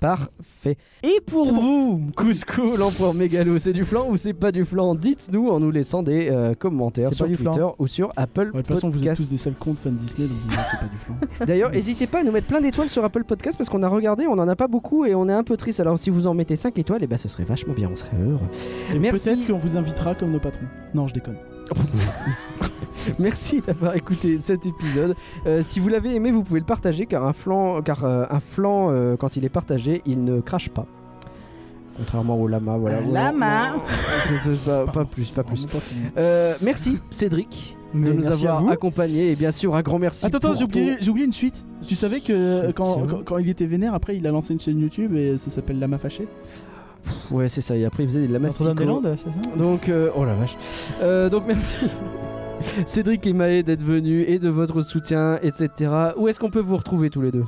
Parfait. Et pour vous, Cusco, l'empereur mégalo, c'est du flan ou c'est pas du flan Dites-nous en nous laissant des euh, commentaires C'est sur pas du Twitter flan. ou sur Ouais, Apple de toute façon, vous êtes tous Podcast. des sales cons de fans de Disney, donc vous dites que c'est pas du flan. D'ailleurs, n'hésitez pas à nous mettre plein d'étoiles sur Apple Podcast parce qu'on a regardé, on en a pas beaucoup et on est un peu triste. Alors si vous en mettez 5 étoiles, et ben, ce serait vachement bien, on serait heureux. Et Merci. peut-être qu'on vous invitera comme nos patrons. Non, je déconne. Merci d'avoir écouté cet épisode. Euh, si vous l'avez aimé, vous pouvez le partager car un flan, car, euh, un flan euh, quand il est partagé, il ne crache pas. Contrairement au lama, voilà. Oh, lama pas, pas plus, pas plus. Euh, merci Cédric de Mais nous merci à avoir vous. accompagnés et bien sûr un grand merci. Attends, attends, pour- j'ai oublié, j'ai oublié une suite. Tu savais que euh, quand, Tiens. quand, quand il était vénère, après il a lancé une chaîne YouTube et ça s'appelle Lama Fâché. Pff, Ouais, c'est ça. Et après il faisait de la mastico. Notre-Dame-des-Landes, c'est ça Donc euh, oh la vache. Euh, donc merci. Cédric et Maë d'être venus et de votre soutien, etc. Où est-ce qu'on peut vous retrouver tous les deux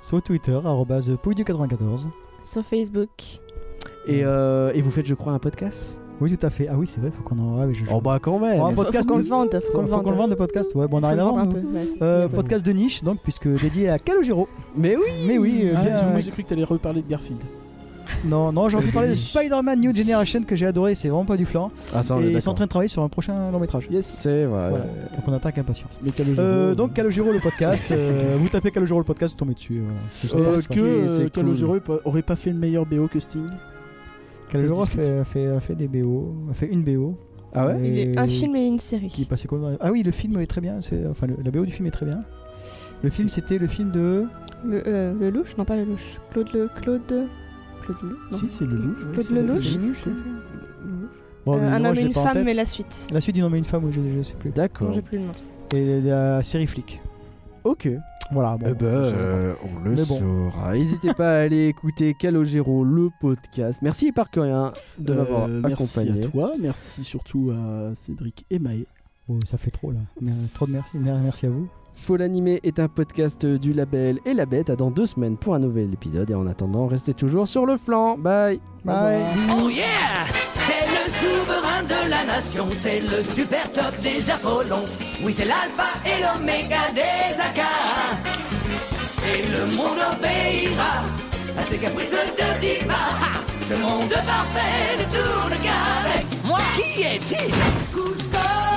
Sur Twitter, arrobase pouille94. Sur Facebook. et, euh, et vous faites, je crois, un podcast Oui, tout à fait. Ah oui, c'est vrai, faut qu'on en... Ah, mais je... Oh bah quand même Oh, Un Faut- podcast, faut qu'on le oui. vende. Faut faut qu'on faut qu'on le vende, le podcast. Ouais, bon, on a Faut rien le à vendre un vendre, peu. nous. ouais, c'est ça. Euh, podcast de niche, donc, puisque dédié à Calogero. Mais oui Mais oui, euh, Ah, bien- moi j'ai cru que t'allais reparler de Garfield. Non, non, j'ai envie de parler de niche. Spider-Man New Generation que j'ai adoré, c'est vraiment pas du flan. Ah ça Et ils sont en train de travailler sur un prochain long métrage. Yes. C'est vrai. Voilà. Donc on attaque impatience. Mais Calogero, Euh, donc Calogero le podcast, euh, vous tapez Calogero le podcast, vous tombez dessus. voilà. C'est euh, sympa, est-ce c'est que Ok, c'est euh, cool. Calogero est pas- aurait pas fait le meilleur BO que Sting Calogero a Ça se fait, a fait, a fait des BO, a fait une BO. Ah ouais Il est Et un film et une série. qui passait complètement- Ah oui, le film est très bien. c'est- Enfin, le- la BO du film est très bien. Le film, c'était le film de. Le, euh, le louche Non, pas le louche. Claude le Claude. Claude le non. Si, c'est le louche. hein. Claude Lelouch Bon, Euh, mais Un moi, homme je et l'ai une pas en femme, tête. mais la suite. La suite du homme et une femme, oui, je, je sais plus. Non, D'accord. j'ai plus le nom. Et la série flic. Ok. Voilà. Bon, Eh ben, je sais pas. euh, on le Mais bon. saura. N'hésitez pas à aller écouter Calogero, le podcast. Merci Parkerien de m'avoir Euh, Merci à accompagné. toi, merci surtout à Cédric et Maë. Oh, ça fait trop là. Mais, euh, trop de merci. Mer- Merci à vous. Faux l'animé est un podcast du label et la bête à dans deux semaines pour un nouvel épisode. Et en attendant, restez toujours sur le flanc. Bye Bye. Oh yeah C'est le souverain de la nation, c'est le super top des Apollons. Oui, c'est l'alpha et l'oméga des AK. Et le monde obéira à ces caprices de diva. Ha Ce monde parfait ne tourne qu'avec moi. Qui est-il Cousteau